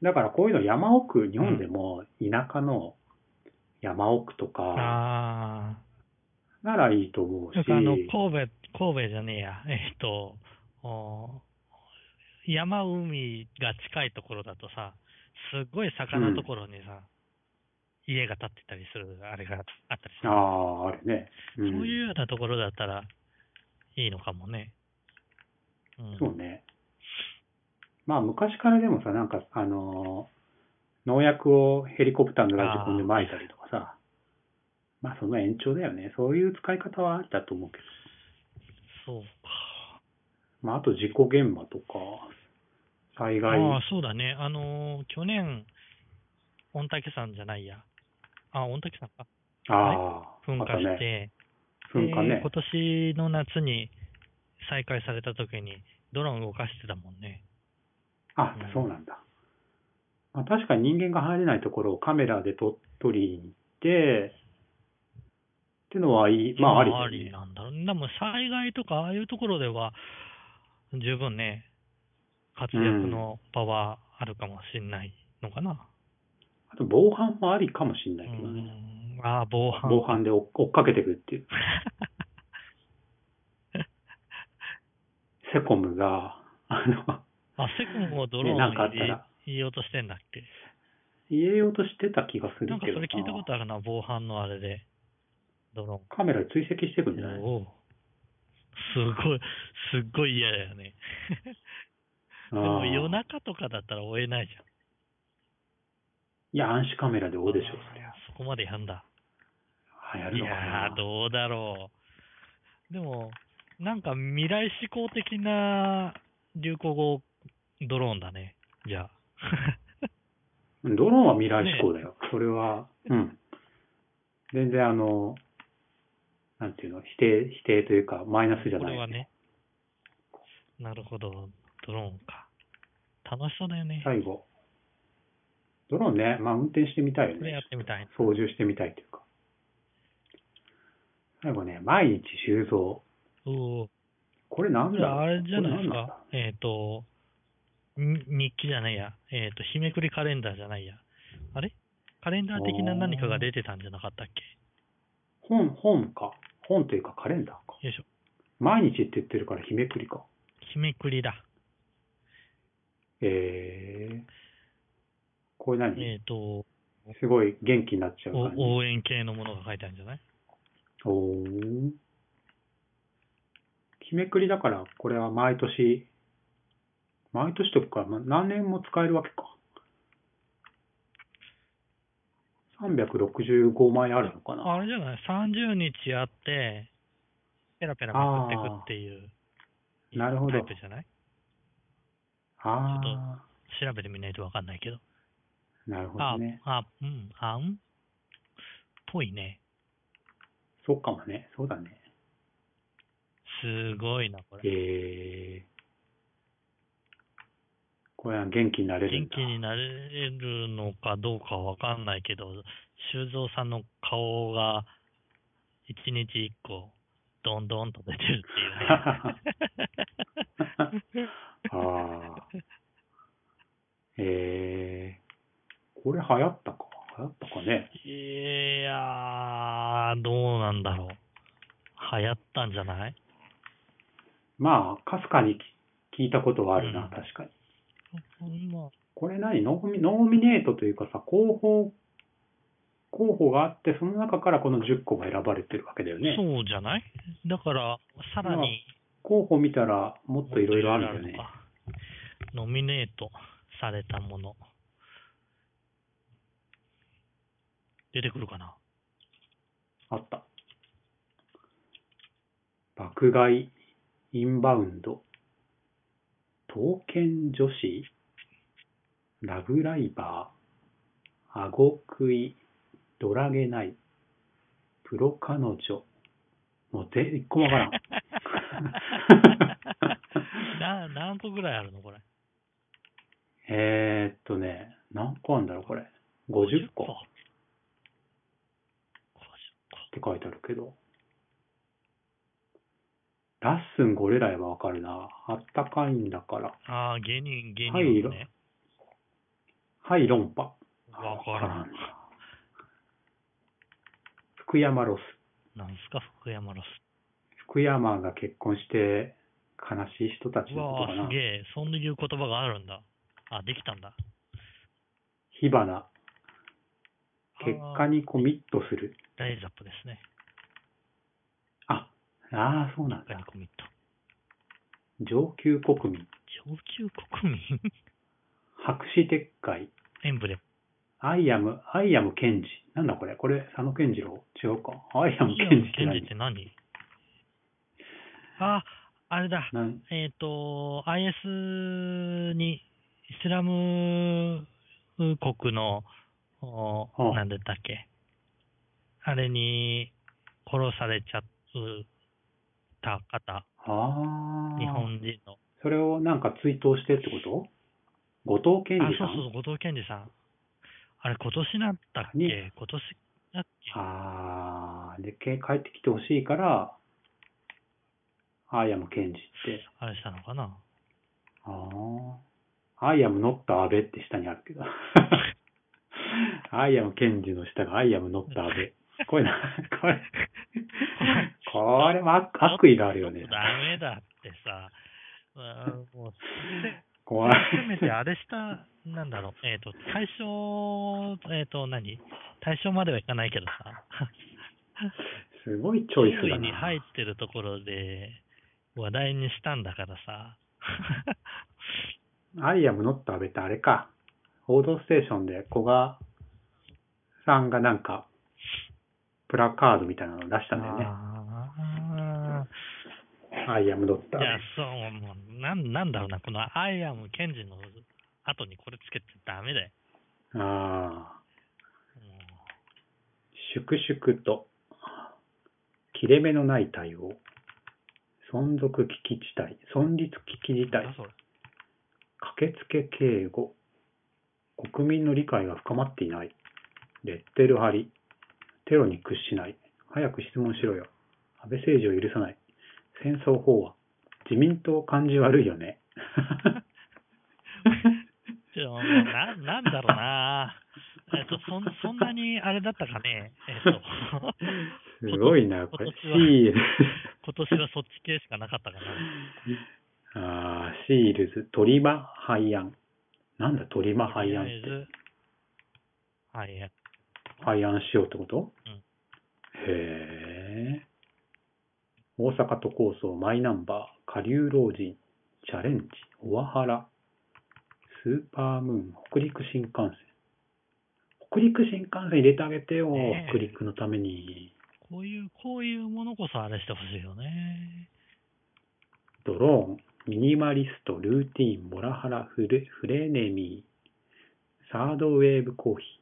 [SPEAKER 1] だからこういうの山奥、日本でも田舎の山奥とか
[SPEAKER 2] あ
[SPEAKER 1] ならいいと思う
[SPEAKER 2] あ。
[SPEAKER 1] し
[SPEAKER 2] よ、くあの、神戸、神戸じゃねえや。えっと、お山、海が近いところだとさ、すっごい坂のところにさ、家が建ってたりする、あれがあったり
[SPEAKER 1] あ
[SPEAKER 2] する。
[SPEAKER 1] あ、あるね。うん、
[SPEAKER 2] そういうようなところだったらいいのかもね。うん、
[SPEAKER 1] そうね。まあ昔からでもさ、なんかあのー農薬をヘリコプターのラジコンで撒いたりとかさ、まあその延長だよね。そういう使い方はありだと思うけど。
[SPEAKER 2] そう
[SPEAKER 1] まああと事故現場とか、災
[SPEAKER 2] か。
[SPEAKER 1] 害
[SPEAKER 2] ああ、そうだね。あのー去年、御嶽山じゃないや。あ、御嶽山か。
[SPEAKER 1] ああ、
[SPEAKER 2] 噴
[SPEAKER 1] あっ
[SPEAKER 2] 火
[SPEAKER 1] た
[SPEAKER 2] して、
[SPEAKER 1] ね。噴火
[SPEAKER 2] で
[SPEAKER 1] ね
[SPEAKER 2] 今。年の夏に再開された時にドローン動かしてたもんね。
[SPEAKER 1] あ
[SPEAKER 2] うん、
[SPEAKER 1] そうなんだ。まあ、確かに人間が入れないところをカメラで撮撮りに行って、ってのはいい、まあありだよね
[SPEAKER 2] なんだろうね。でも災害とかああいうところでは十分ね、活躍の場はあるかもしれないのかな。
[SPEAKER 1] あと防犯もありかもしれないけど
[SPEAKER 2] う
[SPEAKER 1] ね。
[SPEAKER 2] んああ、防犯。
[SPEAKER 1] 防犯で追追っかけてくって いう。セコムが、あの、
[SPEAKER 2] あ、セコムをドロ
[SPEAKER 1] ねなんか
[SPEAKER 2] ー
[SPEAKER 1] あっ
[SPEAKER 2] ン
[SPEAKER 1] た
[SPEAKER 2] に入れ
[SPEAKER 1] ら
[SPEAKER 2] 入れようとしてんだっけ
[SPEAKER 1] 入れようとしてた気がするけどな
[SPEAKER 2] な
[SPEAKER 1] ん
[SPEAKER 2] かそれ聞いたことあるな、防犯のあれで。ドロ
[SPEAKER 1] カメラで追跡してくんじゃな
[SPEAKER 2] ーン。
[SPEAKER 1] い
[SPEAKER 2] おうすごい、すっごい嫌だよね。
[SPEAKER 1] で
[SPEAKER 2] でも夜中とかだったら追えないじゃん。
[SPEAKER 1] いや、暗視カメラで追うでしょ、そりゃ。
[SPEAKER 2] そこまでやんだ。
[SPEAKER 1] 流行
[SPEAKER 2] い
[SPEAKER 1] るのか
[SPEAKER 2] や
[SPEAKER 1] な
[SPEAKER 2] ー、。どうだろう。でも、なんか未来志向的な流行語ドローンだね。じゃあ。
[SPEAKER 1] ドローンは未来志向だよ。それは、うん。全然あの、なんていうの、否定、否定というか、マイナスじゃ
[SPEAKER 2] こ
[SPEAKER 1] ない。
[SPEAKER 2] れはね。なるほど。ドローンか。楽しそうだよね。
[SPEAKER 1] 最後。ドローンね、まあ運転してみたいよ
[SPEAKER 2] これやっ
[SPEAKER 1] ね。
[SPEAKER 2] てみたい。
[SPEAKER 1] 操縦してみたいというか。最後ね、毎日収蔵。
[SPEAKER 2] おお。
[SPEAKER 1] これなん
[SPEAKER 2] こ
[SPEAKER 1] だ
[SPEAKER 2] れ
[SPEAKER 1] ろう
[SPEAKER 2] あれじゃないで
[SPEAKER 1] これ
[SPEAKER 2] す
[SPEAKER 1] んなんだ
[SPEAKER 2] か。えっ、と、に日記じゃないや。えっ、と、日めくりカレンダーじゃないや。あれカレンダー的な何かが出てたんじゃなかったっけ
[SPEAKER 1] 本、本か。本というかカレンダーか。
[SPEAKER 2] よいしょ。
[SPEAKER 1] 毎日って言ってるから日めくりか。
[SPEAKER 2] 日めくりだ。
[SPEAKER 1] えー。これ何、
[SPEAKER 2] えっ、と、
[SPEAKER 1] すごい元気になっちゃう感じ。
[SPEAKER 2] お応援系のものが書いてあるんじゃない
[SPEAKER 1] おー日めくりだから、これは毎年、毎年とか、ま何年も使えるわけか。365枚あるのかな。
[SPEAKER 2] あれじゃない ?30 日あって、ペラペラめくってくっていう
[SPEAKER 1] あーなるほど
[SPEAKER 2] タイプじゃないちょ
[SPEAKER 1] あ
[SPEAKER 2] 調べてみないとわかんないけど。
[SPEAKER 1] あ、なるほ
[SPEAKER 2] あ
[SPEAKER 1] どね。
[SPEAKER 2] あ、うん、あんぽいね。
[SPEAKER 1] そうかもね。そうだね。
[SPEAKER 2] すごいな、これ。
[SPEAKER 1] えー、これは元気になれるん
[SPEAKER 2] 元
[SPEAKER 1] だ。
[SPEAKER 2] 気になれるのかどうかわかんないけど、修造さんの顔が一日一個、どんどんと出てるっていうね。
[SPEAKER 1] ああ。えー、これ流行ったか。流行ったかね。
[SPEAKER 2] いやー、どうなんだろう。流行ったんじゃない
[SPEAKER 1] まあ、かすかに聞いたことはあるな、
[SPEAKER 2] うん
[SPEAKER 1] 確かに。
[SPEAKER 2] まあ
[SPEAKER 1] これ何ノーミノーミネートというかさ、候補、候補があって、その中からこの10個が選ばれてるわけだよね。
[SPEAKER 2] そうじゃないだから、さらに、
[SPEAKER 1] 候補見たら、もっといろいろあるんだよね
[SPEAKER 2] の。かノミネートされたもの。出てくるかな
[SPEAKER 1] あった。爆買い、インバウンド、刀剣女子、ラブライバー、顎食い、ドラゲない、プロ彼女。もうぜ、一個もわからん。
[SPEAKER 2] な何個ぐらいあるのこれ。
[SPEAKER 1] えーっとね、何個あるんだろう、これ。50個
[SPEAKER 2] 50
[SPEAKER 1] って書いてあるけど。ラッスンゴレライはわかるな。あったかいんだから。
[SPEAKER 2] ああ、芸人、芸人
[SPEAKER 1] はい
[SPEAKER 2] のね。
[SPEAKER 1] はい、論破。
[SPEAKER 2] わからん。
[SPEAKER 1] 福山ロス。
[SPEAKER 2] なんすか、福山ロス。
[SPEAKER 1] 福山が結婚して悲しい人たち
[SPEAKER 2] う
[SPEAKER 1] のこと
[SPEAKER 2] わ
[SPEAKER 1] か
[SPEAKER 2] あ、
[SPEAKER 1] な
[SPEAKER 2] す。げえ。そういう言葉があるんだ。あ、できたんだ。
[SPEAKER 1] 火花。結果にコミットする。
[SPEAKER 2] ライズアップですね。
[SPEAKER 1] あ、ああ、そうなん
[SPEAKER 2] 結果に
[SPEAKER 1] だ。
[SPEAKER 2] コミット。
[SPEAKER 1] 上級国民。
[SPEAKER 2] 上級国民
[SPEAKER 1] 白紙撤回。
[SPEAKER 2] エンブレム。
[SPEAKER 1] アイアム、アイアムケンジ。なんだこれこれ、佐野健次郎違うか。アイアム
[SPEAKER 2] イ
[SPEAKER 1] ケ
[SPEAKER 2] ア
[SPEAKER 1] ン
[SPEAKER 2] ン
[SPEAKER 1] ジって
[SPEAKER 2] ケンジ
[SPEAKER 1] 何
[SPEAKER 2] って何あ、あれだ。
[SPEAKER 1] 何
[SPEAKER 2] えっ、と、IS に、イスラム国の、お
[SPEAKER 1] はあ
[SPEAKER 2] なんだったっけ、あれに殺されちゃった方、
[SPEAKER 1] ああ。
[SPEAKER 2] 日本人の。
[SPEAKER 1] それをなんか追悼してってこと後藤健
[SPEAKER 2] あ、
[SPEAKER 1] 二
[SPEAKER 2] そ
[SPEAKER 1] さ
[SPEAKER 2] うんそうそう、後藤健二さん。あれ、今年だったっけ
[SPEAKER 1] に
[SPEAKER 2] 今年だっけ
[SPEAKER 1] あーで、け帰ってきてほしいから、アイアムケンジって。
[SPEAKER 2] あれしたのかな
[SPEAKER 1] ああ。アイアムノットアベって下にあるけど。アイアムケンジの下がアイアムノットアベ。これな、これ、これも悪悪意があるよね
[SPEAKER 2] ちょっ。とダメだってさ。 うんもう
[SPEAKER 1] 怖い。
[SPEAKER 2] せめてあれした、なんだろ う、えっ、と、対象、えっ、と、何対象まではいかないけどさ、
[SPEAKER 1] すごいチョイスだ
[SPEAKER 2] 衣類に入
[SPEAKER 1] な。
[SPEAKER 2] ってるところで話題にしたんだから さ、
[SPEAKER 1] アイアムノットアベってあれか。報道ステーションで古賀さんがなんか、プラカードみたいなのを出したんだよね。
[SPEAKER 2] あー
[SPEAKER 1] アイアムノットア
[SPEAKER 2] い
[SPEAKER 1] ベ。
[SPEAKER 2] や、そう、もうなん、なんだろうな、このアイアムケンジの後にこれつけてダメだよ。
[SPEAKER 1] ああ、
[SPEAKER 2] も
[SPEAKER 1] 粛々と、切れ目のない対応。存続危機地帯、存立危機
[SPEAKER 2] う
[SPEAKER 1] 事態
[SPEAKER 2] なんだ、それ
[SPEAKER 1] 駆けつけ警護、国民の理解が深まっていない、レッテル貼り、テロに屈しない、早く質問しろよ、安倍政治を許さない、戦争法は、自民党感じ悪いよね。
[SPEAKER 2] ちょもうな、なんだろうな。えっと、そんそんなにあれだったかね。えっと、
[SPEAKER 1] すごいな、これ。シール
[SPEAKER 2] 今年は今年はそっち系しかなかったかな。
[SPEAKER 1] ズ、あーシールズ、トリマ廃案。なんだ、トリマ廃案っ
[SPEAKER 2] とりあえ
[SPEAKER 1] て。
[SPEAKER 2] ず。はい、え
[SPEAKER 1] 廃案しようってこと、
[SPEAKER 2] うん
[SPEAKER 1] へえ。大阪都構想マイナンバー、下流老人、チャレンジ、オワハラ、スーパームーン、北陸新幹線。北陸新幹線入れてあげてよ、
[SPEAKER 2] ねえ
[SPEAKER 1] 北陸のために。
[SPEAKER 2] こういう、こういうものこそあれしてほしいよね。
[SPEAKER 1] ドローン、ミニマリスト、ルーティーン、モラハラ、フレフレネミー、サードウェーブコーヒー、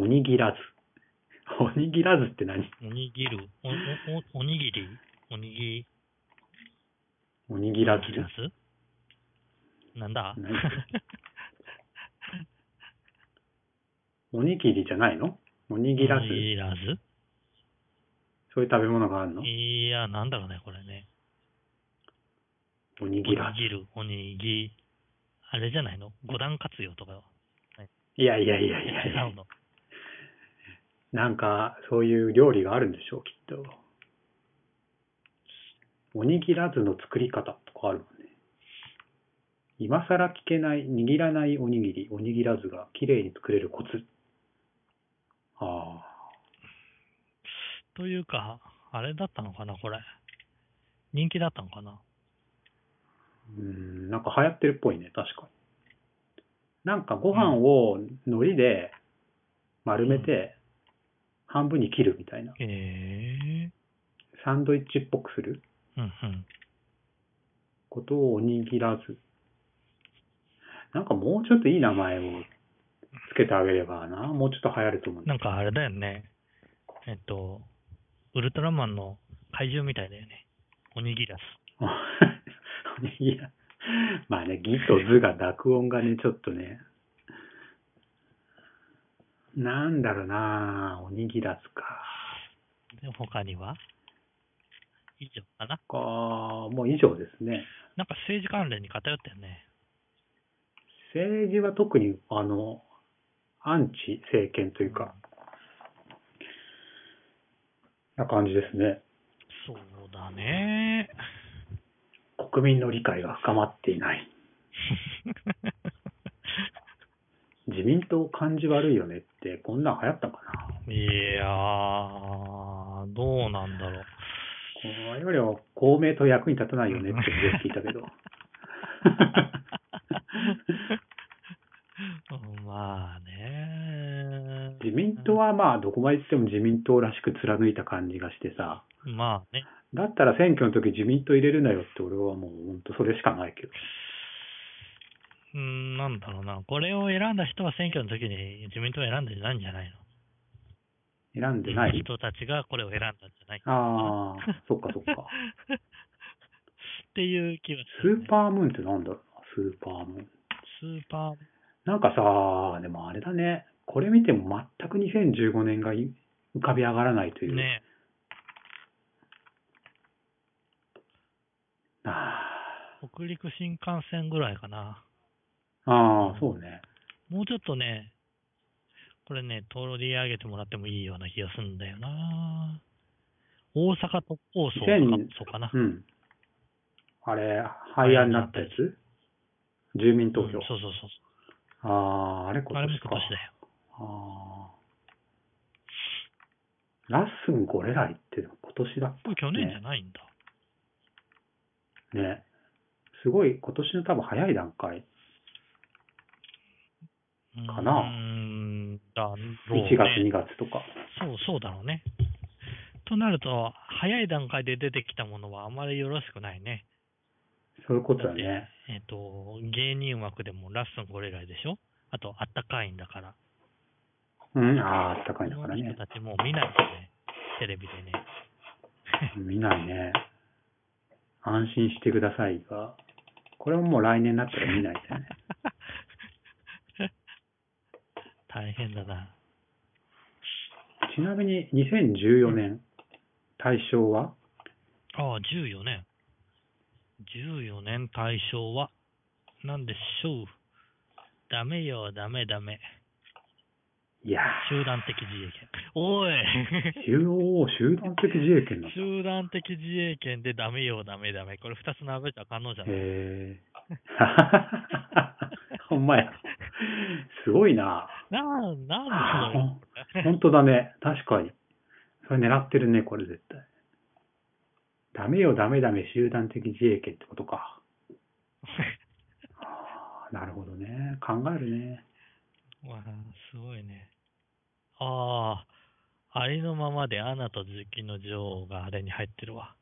[SPEAKER 1] おにぎらず。おにぎらずって何
[SPEAKER 2] おにぎる、お、お、お、おにぎり、おにぎ、
[SPEAKER 1] おにぎらず
[SPEAKER 2] おにぎらずなんだ
[SPEAKER 1] 何それおにぎりじゃないのお にぎらず
[SPEAKER 2] おにぎらず
[SPEAKER 1] そういう食べ物があるの
[SPEAKER 2] いや、なんだろうね、これね。
[SPEAKER 1] おに
[SPEAKER 2] お
[SPEAKER 1] ぎら
[SPEAKER 2] にぎる、おにぎ、あれじゃないの五段活用とかは。
[SPEAKER 1] ず。いやいやいやいやい
[SPEAKER 2] 違
[SPEAKER 1] や
[SPEAKER 2] う。の。
[SPEAKER 1] なんか、そういう料理があるんでしょう、きっと。おにぎらずの作り方とかあるもんね。今更聞けない、握らないおにぎり、おにぎらずが綺麗に作れるコツ。ああ、
[SPEAKER 2] というか、あれだったのかな、これ。人気だったのかな。
[SPEAKER 1] うん、なんか流行ってるっぽいね、確かに。なんかご飯を海苔で丸めて、半分に切るみたいな。
[SPEAKER 2] へえ
[SPEAKER 1] サンドイッチっぽくする
[SPEAKER 2] うんうん。
[SPEAKER 1] ことをおにぎらず。なんかもうちょっといい名前をつけてあげればな、もうちょっと流行ると思うんだ
[SPEAKER 2] なんかあれだよね。えっと、ウルトラマンの怪獣みたいだよね。おにぎらず。
[SPEAKER 1] いや、まあね、ギとズが濁音がね、ちょっとね、なんだろうなおにぎらずか。
[SPEAKER 2] で他には以上かな。
[SPEAKER 1] か、もう以上ですね。
[SPEAKER 2] なんか政治関連に偏ったよね。
[SPEAKER 1] 政治は特に、あの、アンチ政権というか、な感じですね。
[SPEAKER 2] そうだね。
[SPEAKER 1] 国民の理解が深まっていない。自民党感じ悪いよねって、こんなん流行ったかな。
[SPEAKER 2] いやー、どうなんだろう。
[SPEAKER 1] このよりは公明党役に立たないよねってよく聞いたけど。
[SPEAKER 2] うんまあね。
[SPEAKER 1] 自民党はまあ、どこまで行っても自民党らしく貫いた感じがしてさ、
[SPEAKER 2] まあね。
[SPEAKER 1] だったら選挙の時自民党入れるなよって俺はもう本当それしかないけど。
[SPEAKER 2] うん、なんだろうな。これを選んだ人は選挙の時に自民党を選んでないんじゃないの
[SPEAKER 1] 選んでない
[SPEAKER 2] 人たちがこれを選んだんじゃないか
[SPEAKER 1] ああ、そっかそっ か。
[SPEAKER 2] っていう気がす
[SPEAKER 1] ス
[SPEAKER 2] る、ね。
[SPEAKER 1] ーパームーンってなんだろうな、スーパームーン。
[SPEAKER 2] スーパー
[SPEAKER 1] なんかさ、でもあれだね、これ見ても全く2015年がい浮かび上がらないという。
[SPEAKER 2] ね。
[SPEAKER 1] あ
[SPEAKER 2] 北陸新幹線ぐらいかな。
[SPEAKER 1] ーあー、そうね。
[SPEAKER 2] もうちょっとね、これね、取り上げてもらってもいいような気がするんだよな。大阪特攻層とか
[SPEAKER 1] 2000
[SPEAKER 2] そうかな。
[SPEAKER 1] うん。あれ、廃案になったやつ住民投票。
[SPEAKER 2] うんそうそうそ
[SPEAKER 1] ああ、あれ
[SPEAKER 2] う。あ
[SPEAKER 1] 今
[SPEAKER 2] れも
[SPEAKER 1] 年
[SPEAKER 2] 今
[SPEAKER 1] か。
[SPEAKER 2] 年だよ。
[SPEAKER 1] あーラッスンゴレライって今年だっ
[SPEAKER 2] これ去年じゃないんだ。
[SPEAKER 1] たね。すごい、今年の多分早い段階。かな
[SPEAKER 2] うーん、だろう、ね。
[SPEAKER 1] 1月、2月とか。
[SPEAKER 2] そう、そうだろうね。となると、早い段階で出てきたものはあまりよろしくないね。
[SPEAKER 1] そういうことだね。
[SPEAKER 2] えっ、と、芸人枠でもラストのゴレラでしょあと、あったかいんだから。
[SPEAKER 1] うん、ああー、あったかいんだから
[SPEAKER 2] この
[SPEAKER 1] ね
[SPEAKER 2] 人。たちもう見ないですね。テレビでね。
[SPEAKER 1] 見ないね。安心してくださいが、これももう来年になったら見ないですね。
[SPEAKER 2] 大変だな。
[SPEAKER 1] ちなみに2014年、対象は
[SPEAKER 2] ああ、14年。14年対象は、なんでしょう。ダメよ、ダメダメ。
[SPEAKER 1] いや
[SPEAKER 2] 集団的自衛権。 おい
[SPEAKER 1] ー、中央集団的自衛権なんだ。
[SPEAKER 2] 集団的自衛権でダメよ、ダメダメ。これ二つ並べたら可能じゃない
[SPEAKER 1] へー。 ほんまや。すごいな。
[SPEAKER 2] な、なんでしょう
[SPEAKER 1] ほんとだね。確かに。それ狙ってるね、これ絶対。ダメよ、ダメダメ、集団的自衛権ってこと か。あーなるほどね。考えるね。
[SPEAKER 2] わあ、すごいね。ああ、ありのままでアナと雪の女王があれに入ってるわ。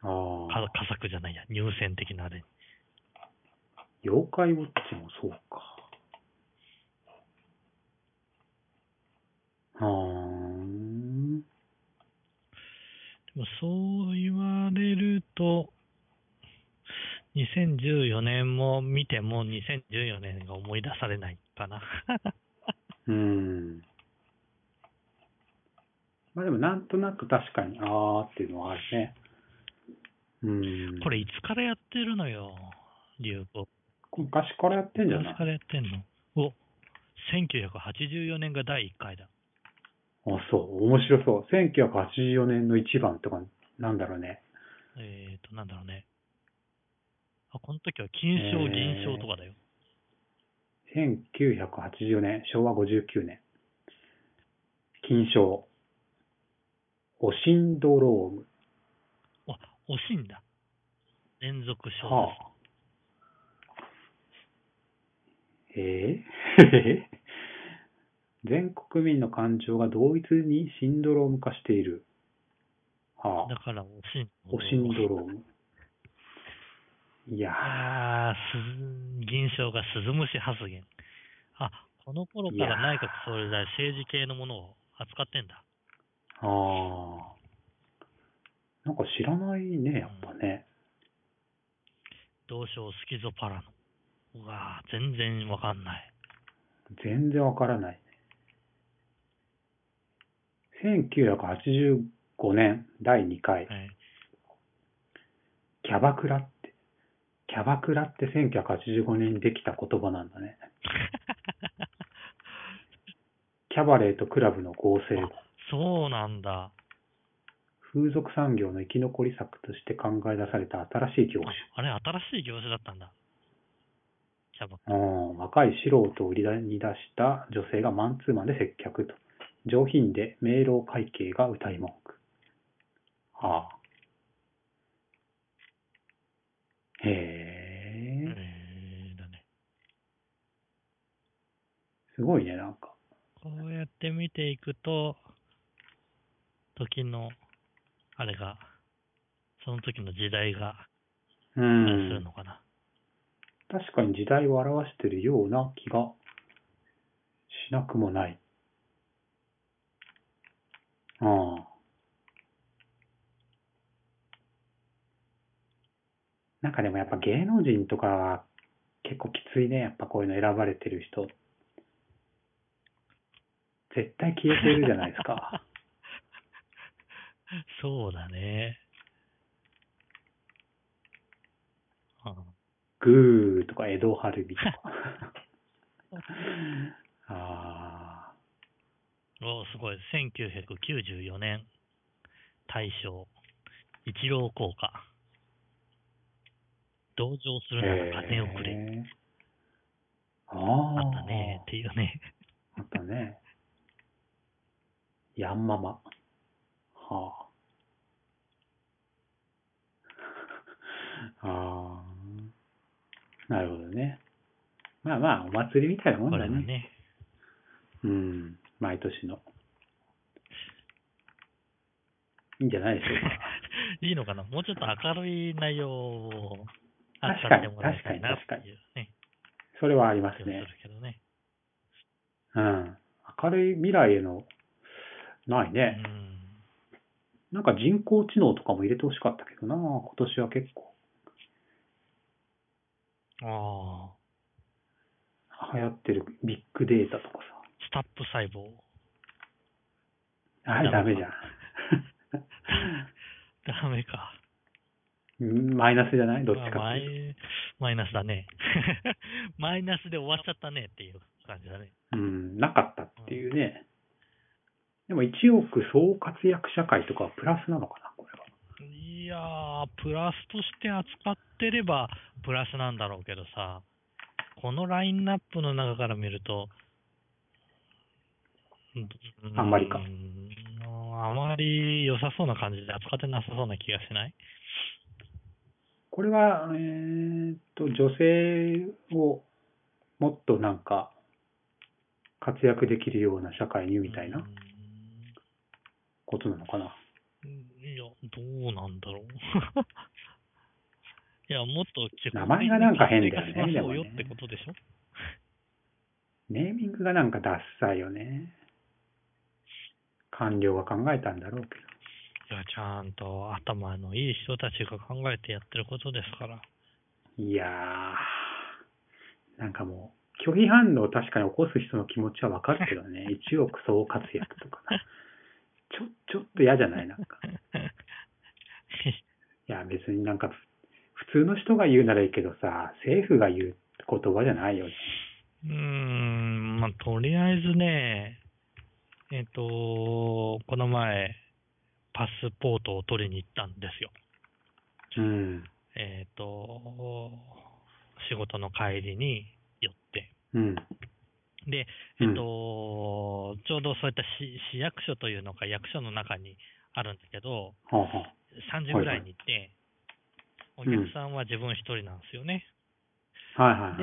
[SPEAKER 1] あ
[SPEAKER 2] か
[SPEAKER 1] あ。
[SPEAKER 2] 佳作じゃないや、入選的なあれに。
[SPEAKER 1] 妖怪ウォッチもそうか。あーん。
[SPEAKER 2] でもそう言われると、2014年も見ても2014年が思い出されないかな。
[SPEAKER 1] うん。まあでもなんとなく確かに、あーっていうのはあるね。うん。
[SPEAKER 2] これいつからやってるのよ、流行。
[SPEAKER 1] 昔からやってんじゃない
[SPEAKER 2] 昔からやってんの。お、1984年が第1回だ。
[SPEAKER 1] あ、そう。面白そう。1984年の一番とか、なんだろうね。
[SPEAKER 2] えーと、なんだろうね。あ、この時は金賞、
[SPEAKER 1] えー
[SPEAKER 2] 銀賞とかだよ。
[SPEAKER 1] 1984年、昭和59年。金賞。オシンドローム。
[SPEAKER 2] あ、惜しいんだ。連続賞
[SPEAKER 1] は
[SPEAKER 2] です。
[SPEAKER 1] あ。ええ 全国民の感情が同一にシンドローム化している。は
[SPEAKER 2] だ
[SPEAKER 1] あ。
[SPEAKER 2] から惜しいんだ。
[SPEAKER 1] オシンドローム。いや
[SPEAKER 2] あーす銀賞が鈴虫発言。あ、この頃から内閣総理大臣政治系のものを扱ってんだ。
[SPEAKER 1] ー、あー。なんか知らないね、やっぱね。
[SPEAKER 2] 同賞スキゾパラノ。うわー全然わかんない。
[SPEAKER 1] 全然わからない。1985年第2回。
[SPEAKER 2] はい、
[SPEAKER 1] キャバクラって、キャバクラって1985年にできた言葉なんだね。キャバレーとクラブの合成、
[SPEAKER 2] そうなんだ。
[SPEAKER 1] 風俗産業の生き残り策として考え出された新しい業種。
[SPEAKER 2] あれ、新しい業種だったんだ。キャバ
[SPEAKER 1] うん若い素人を売りに出した女性がマンツーマンで接客と。上品で明朗会計が歌い文句。ああ。へえ。
[SPEAKER 2] えーだね。
[SPEAKER 1] すごいね、なんか。
[SPEAKER 2] こうやって見ていくと、時の、あれが、その時の時代が、
[SPEAKER 1] う
[SPEAKER 2] す
[SPEAKER 1] ん。
[SPEAKER 2] るのかな。
[SPEAKER 1] 確かに時代を表してるような気がしなくもない。ああ。なんかでもやっぱ芸能人とかは結構きついね。やっぱこういうの選ばれてる人。絶対消えてるじゃないですか。
[SPEAKER 2] そうだね。あ
[SPEAKER 1] グーとか江戸春美とか。ああ。
[SPEAKER 2] おすごい。1994年、大正、一郎効果。同情するなら金をくれ。
[SPEAKER 1] へー。ああ。
[SPEAKER 2] あったね。っていうね。
[SPEAKER 1] あったね。ヤンママ。はあ。 ああ。なるほどね。まあまあ、お祭りみたいなもん
[SPEAKER 2] こ
[SPEAKER 1] だ
[SPEAKER 2] れ
[SPEAKER 1] ね。
[SPEAKER 2] はね。
[SPEAKER 1] うん。毎年の。いいんじゃないでしょうか。
[SPEAKER 2] いいのかなもうちょっと明るい内容を扱ってもらいたいなっていうね。
[SPEAKER 1] それはあります
[SPEAKER 2] 気が
[SPEAKER 1] ね
[SPEAKER 2] す。るけどね。
[SPEAKER 1] うん。明るい未来への、ないうね。
[SPEAKER 2] ん。
[SPEAKER 1] なんか人工知能とかも入れてほしかったけどな、今年は結構
[SPEAKER 2] ああ。
[SPEAKER 1] 流行ってるビッグデータとか
[SPEAKER 2] スタップ細胞。
[SPEAKER 1] さ。あれダ
[SPEAKER 2] ダメ
[SPEAKER 1] メ
[SPEAKER 2] か
[SPEAKER 1] じゃん。
[SPEAKER 2] ダメか。
[SPEAKER 1] うんマイナスじゃないどっちかっていうと
[SPEAKER 2] まあマイマイナスだね。 マイナスで終わっちゃったねっていう感じだね。
[SPEAKER 1] うん、なかったっていうね。でも1億総活躍社会とかはプラスなのかな、これは。
[SPEAKER 2] いやー、プラスとして扱ってればプラスなんだろうけどさ、このラインナップの中から見ると、う
[SPEAKER 1] あんまりか
[SPEAKER 2] うーんあまり良さそうな感じで扱ってなさそうな気がしない
[SPEAKER 1] これは、えーっと、女性をもっとなんか活躍できるような社会にみたいうなことなのかな。
[SPEAKER 2] ーんいや、どうなんだろう。 いや、もっと基本
[SPEAKER 1] 名前がなんか変だよね
[SPEAKER 2] 的に活躍しましょうよ
[SPEAKER 1] でもね
[SPEAKER 2] ってことでしょ
[SPEAKER 1] ネーミングがなんかダッサいよね。官僚が考えたんだろうけど。
[SPEAKER 2] いや、ちゃんと頭のいい人たちが考えてやってることですから。
[SPEAKER 1] いやー、なんかもう、拒否反応を確かに起こす人の気持ちはわかるけど ね、1億総活躍とかな。ちょ、ちょっと嫌じゃないなん か。いや、別になんか、普通の人が言うならいいけどさ、政府が言う言葉じゃないよね。
[SPEAKER 2] うーん、まあ、とりあえずね、えっ、と、この前、パスポートを取りに行ったんですよ。
[SPEAKER 1] うん。
[SPEAKER 2] えっ、と、仕事の帰りに寄って。
[SPEAKER 1] うん。
[SPEAKER 2] で、えっ、と、ちょうどそういった市市役所というのか、役所の中にあるんだけど、
[SPEAKER 1] はあ、はあ、
[SPEAKER 2] 3時ぐらいに行って、お
[SPEAKER 1] いはい
[SPEAKER 2] 客さんは自分一人なんですよね。
[SPEAKER 1] はいはい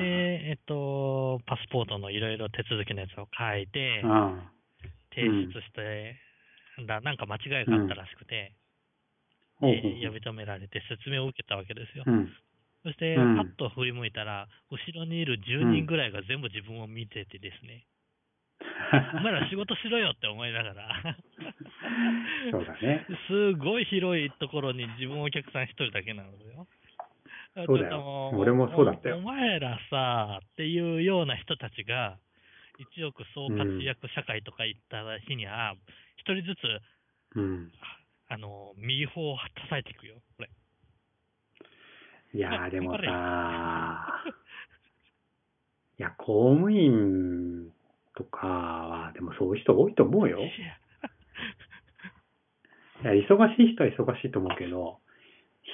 [SPEAKER 1] はいはい。
[SPEAKER 2] で、えっと、パスポートのいろいろ手続きのやつを書いて、
[SPEAKER 1] あ
[SPEAKER 2] 提出して、だなんか間違いがあったらしくて、
[SPEAKER 1] あほうほう
[SPEAKER 2] えー呼び止められて説明を受けたわけですよ。
[SPEAKER 1] うん。
[SPEAKER 2] そして、
[SPEAKER 1] うん
[SPEAKER 2] パッと振り向いたら、後ろにいる10人ぐらいが全部自分を見ててですね、お前ら仕事しろよって思いながら、
[SPEAKER 1] そうだね。
[SPEAKER 2] すごい広いところに自分お客さん一人だけなのよ。
[SPEAKER 1] そうだよ
[SPEAKER 2] ちょっとう
[SPEAKER 1] 俺もそうだったよ
[SPEAKER 2] おお前らさ、っていうような人たちが、1億総活躍社会とか言った日には、一、人ずつ、
[SPEAKER 1] うん。
[SPEAKER 2] あの、右方を叩いていくよ、これ。
[SPEAKER 1] いやー、でも
[SPEAKER 2] こ
[SPEAKER 1] さ
[SPEAKER 2] れ
[SPEAKER 1] ー、 いや、公務員とかは、でもそういう人多いと思うよ。
[SPEAKER 2] い
[SPEAKER 1] い
[SPEAKER 2] や
[SPEAKER 1] や、忙しい人は忙しいと思うけど、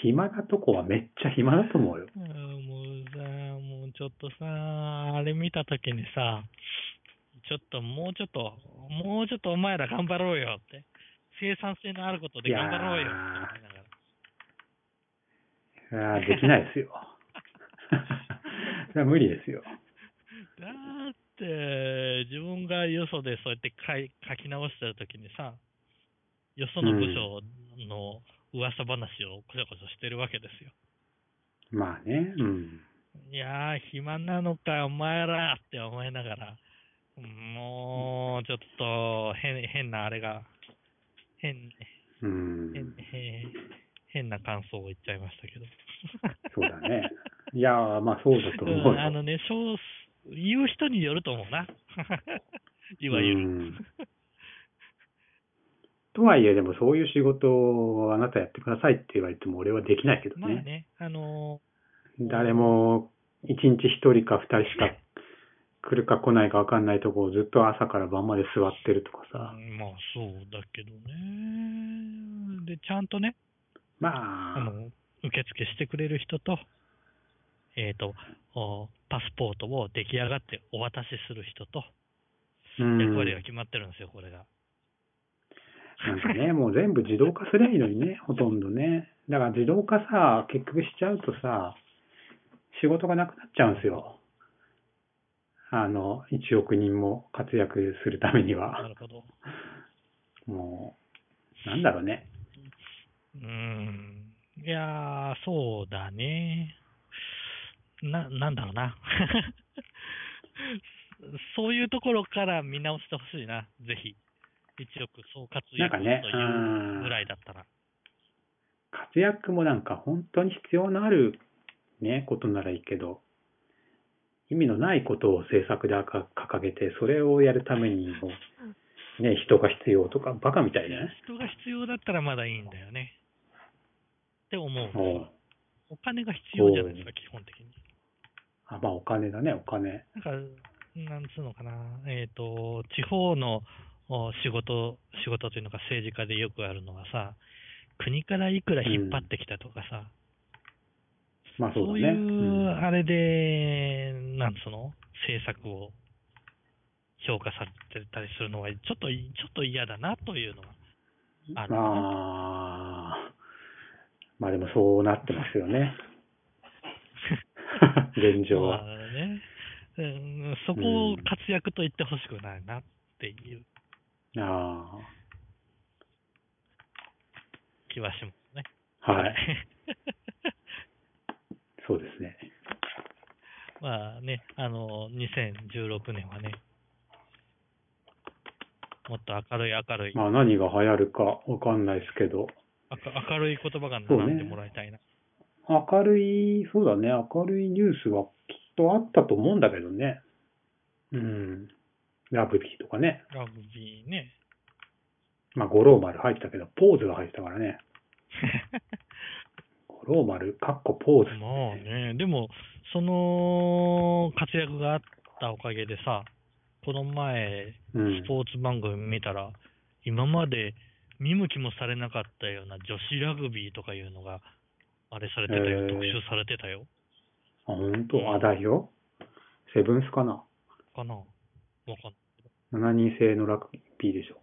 [SPEAKER 1] 暇なとこはめっちゃ暇だと思うよ。
[SPEAKER 2] うんもうさ、もうちょっとさ、あれ見たときにさ、ちょっともうちょっと、もうちょっとお前ら頑張ろうよって。生産性のあることで頑張ろうよって思いな
[SPEAKER 1] い
[SPEAKER 2] がら。
[SPEAKER 1] やーできないですよ。 それは無理ですよ。
[SPEAKER 2] だって、自分がよそでそうやって書い書き直してるときにさ、よその部署の噂話をこちょこちょしてるわけですよ。
[SPEAKER 1] まあね、うん。
[SPEAKER 2] いやー、暇なのか、お前らって思いながら、もう、ちょっと変、変なあれが、変、
[SPEAKER 1] うん。
[SPEAKER 2] 変、変変な感想を言っちゃいましたけど。
[SPEAKER 1] そうだね。いやー、まあそうだと思う
[SPEAKER 2] うんあ
[SPEAKER 1] よ。
[SPEAKER 2] のね、そう、言う人によると思うな。 いわゆる。
[SPEAKER 1] うんとはいえ、でもそういう仕事をあなたやってくださいって言われても俺はできないけど
[SPEAKER 2] まあね、あのー
[SPEAKER 1] 誰も一日一人か二人しか来るか来ないか分かんないとこをずっと朝から晩まで座ってるとかさ、
[SPEAKER 2] うんまあそうだけどね。で、ちゃんとね、
[SPEAKER 1] ま
[SPEAKER 2] あ
[SPEAKER 1] あ、
[SPEAKER 2] の、受付してくれる人と、えっ、と、おパスポートを出来上がってお渡しする人と、
[SPEAKER 1] うん、
[SPEAKER 2] 役割が決まってるんですよ、これが。
[SPEAKER 1] なんかね、もう全部自動化すりゃいいのに ね、ほとんどね。だから自動化さ、結局しちゃうとさ、仕事がなくなっちゃうんですよ。あの、1億人も活躍するために
[SPEAKER 2] な
[SPEAKER 1] は。
[SPEAKER 2] るほど。
[SPEAKER 1] もう、なんだろうね。
[SPEAKER 2] うーん。いやー、そうだね。な、なんだろうな。 そういうところから見直してほしいな、ぜひ。一億総括
[SPEAKER 1] な
[SPEAKER 2] 役
[SPEAKER 1] んか
[SPEAKER 2] と
[SPEAKER 1] ね
[SPEAKER 2] いうぐらいだったら。
[SPEAKER 1] 活躍もなんか本当に必要のあるね、ことならいいけど、意味のないことを政策でか掲げて、それをやるためにも、ね、人が必要とか、バカみたいじゃない
[SPEAKER 2] 人が必要だったらまだいいんだよね。って思
[SPEAKER 1] お
[SPEAKER 2] う。
[SPEAKER 1] う
[SPEAKER 2] お金が必要じゃないですか、基本的に。
[SPEAKER 1] あ、まあお金だね、お金。
[SPEAKER 2] なんか、なんつうのかな、えっ、と、地方のお仕事、仕事というのか政治家でよくあるのはさ、国からいくら引っ張ってきたとかさ、
[SPEAKER 1] まあそう
[SPEAKER 2] そう
[SPEAKER 1] だね。
[SPEAKER 2] いう
[SPEAKER 1] うん
[SPEAKER 2] あれで、なんつうの、政策を評価されてたりするのは、ちょっとい、ちょっと嫌だなというのはある。
[SPEAKER 1] まあ、まあでもそうなってますよ ね。現状
[SPEAKER 2] ま
[SPEAKER 1] は。
[SPEAKER 2] あねうん、そこを活躍と言ってほしくないなっていう
[SPEAKER 1] あ
[SPEAKER 2] 気はしますね。
[SPEAKER 1] あ、はい、そうですね。
[SPEAKER 2] まあね、あの、2016年はね、もっと明るい明るい、
[SPEAKER 1] まあ何が流行るかわかんないですけど、
[SPEAKER 2] あか明るい言葉が並んでもらいたいな。
[SPEAKER 1] 明るい、そうだね、明るいニュースはきっとあったと思うんだけどね。うん。ラグビーとかね。
[SPEAKER 2] ラグビーね。
[SPEAKER 1] まあ五郎丸入ってたけど、ポーズが入ってたから ね。五郎丸、かっこポーズ。
[SPEAKER 2] まあね、でも、その活躍があったおかげでさ、この前、
[SPEAKER 1] うん
[SPEAKER 2] ス。ポーツ番組見たら、今まで見向きもされなかったような女子ラグビーとかいうのが、あれされてたよ、
[SPEAKER 1] へえ
[SPEAKER 2] 特集されてたよ。
[SPEAKER 1] あ、本当あ、代表セブンスかな
[SPEAKER 2] かなわかん
[SPEAKER 1] ?7 人制のラグビーでしょ。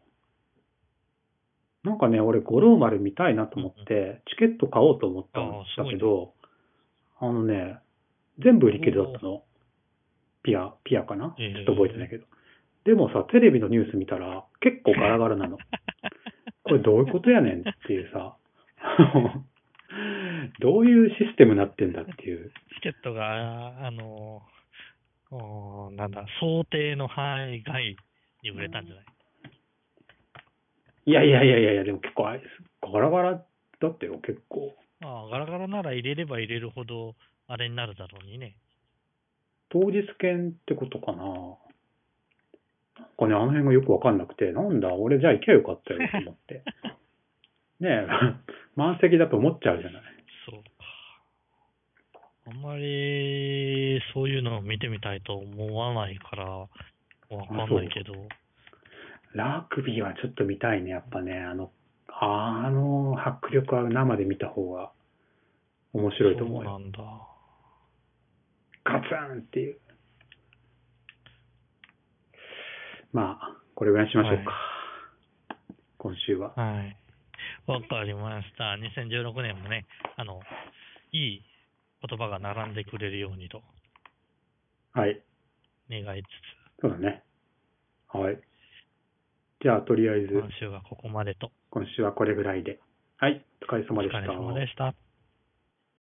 [SPEAKER 1] なんかね、俺、五郎丸見たいなと思って、チケット買おうと思ったんだけど、あのね、全部売り切れだったの。ピア、ピアかなち
[SPEAKER 2] ええ
[SPEAKER 1] ょっと覚えてないけど。でもさ、テレビのニュース見たら、結構ガラガラなの。これどういうことやねんっていうさ、 どういうシステムになってんだっていう。
[SPEAKER 2] チケットが、あのー、おーなんだ、想定の範囲外に売れたんじゃない、
[SPEAKER 1] いやいやいやいやいや、でも結構あれです、ガラガラだったよ、結構。
[SPEAKER 2] まあ、ガラガラなら入れれば入れるほど、あれになるだろうにね。
[SPEAKER 1] 当日券ってことかな。なんかね、あの辺がよくわかんなくて、なんだ、俺じゃあ行けばよかったよと思って。ねえ、 満席だと思っちゃうじゃない。
[SPEAKER 2] そうか。あんまり、そういうのを見てみたいと思わないから、わかんないけど、
[SPEAKER 1] ラグビーはちょっと見たいね、やっぱね。あの、ああの迫力は生で見た方が面白いと思う
[SPEAKER 2] そうな
[SPEAKER 1] よ。
[SPEAKER 2] んだ。
[SPEAKER 1] ガツンっていう。まあ、これぐらいにしましょうか。
[SPEAKER 2] は
[SPEAKER 1] 今週は。
[SPEAKER 2] はい。わかりました。2016年もね、あの、いい言葉が並んでくれるようにと
[SPEAKER 1] はい。
[SPEAKER 2] 願いつ
[SPEAKER 1] そうだね。はい。じゃあ、とりあえ
[SPEAKER 2] つ、
[SPEAKER 1] ず
[SPEAKER 2] 今、週はここまでと。
[SPEAKER 1] 今週はこれぐらいで。はい。お疲れ
[SPEAKER 2] お
[SPEAKER 1] 様
[SPEAKER 2] 疲
[SPEAKER 1] で
[SPEAKER 2] れ
[SPEAKER 1] した。
[SPEAKER 2] 様でした。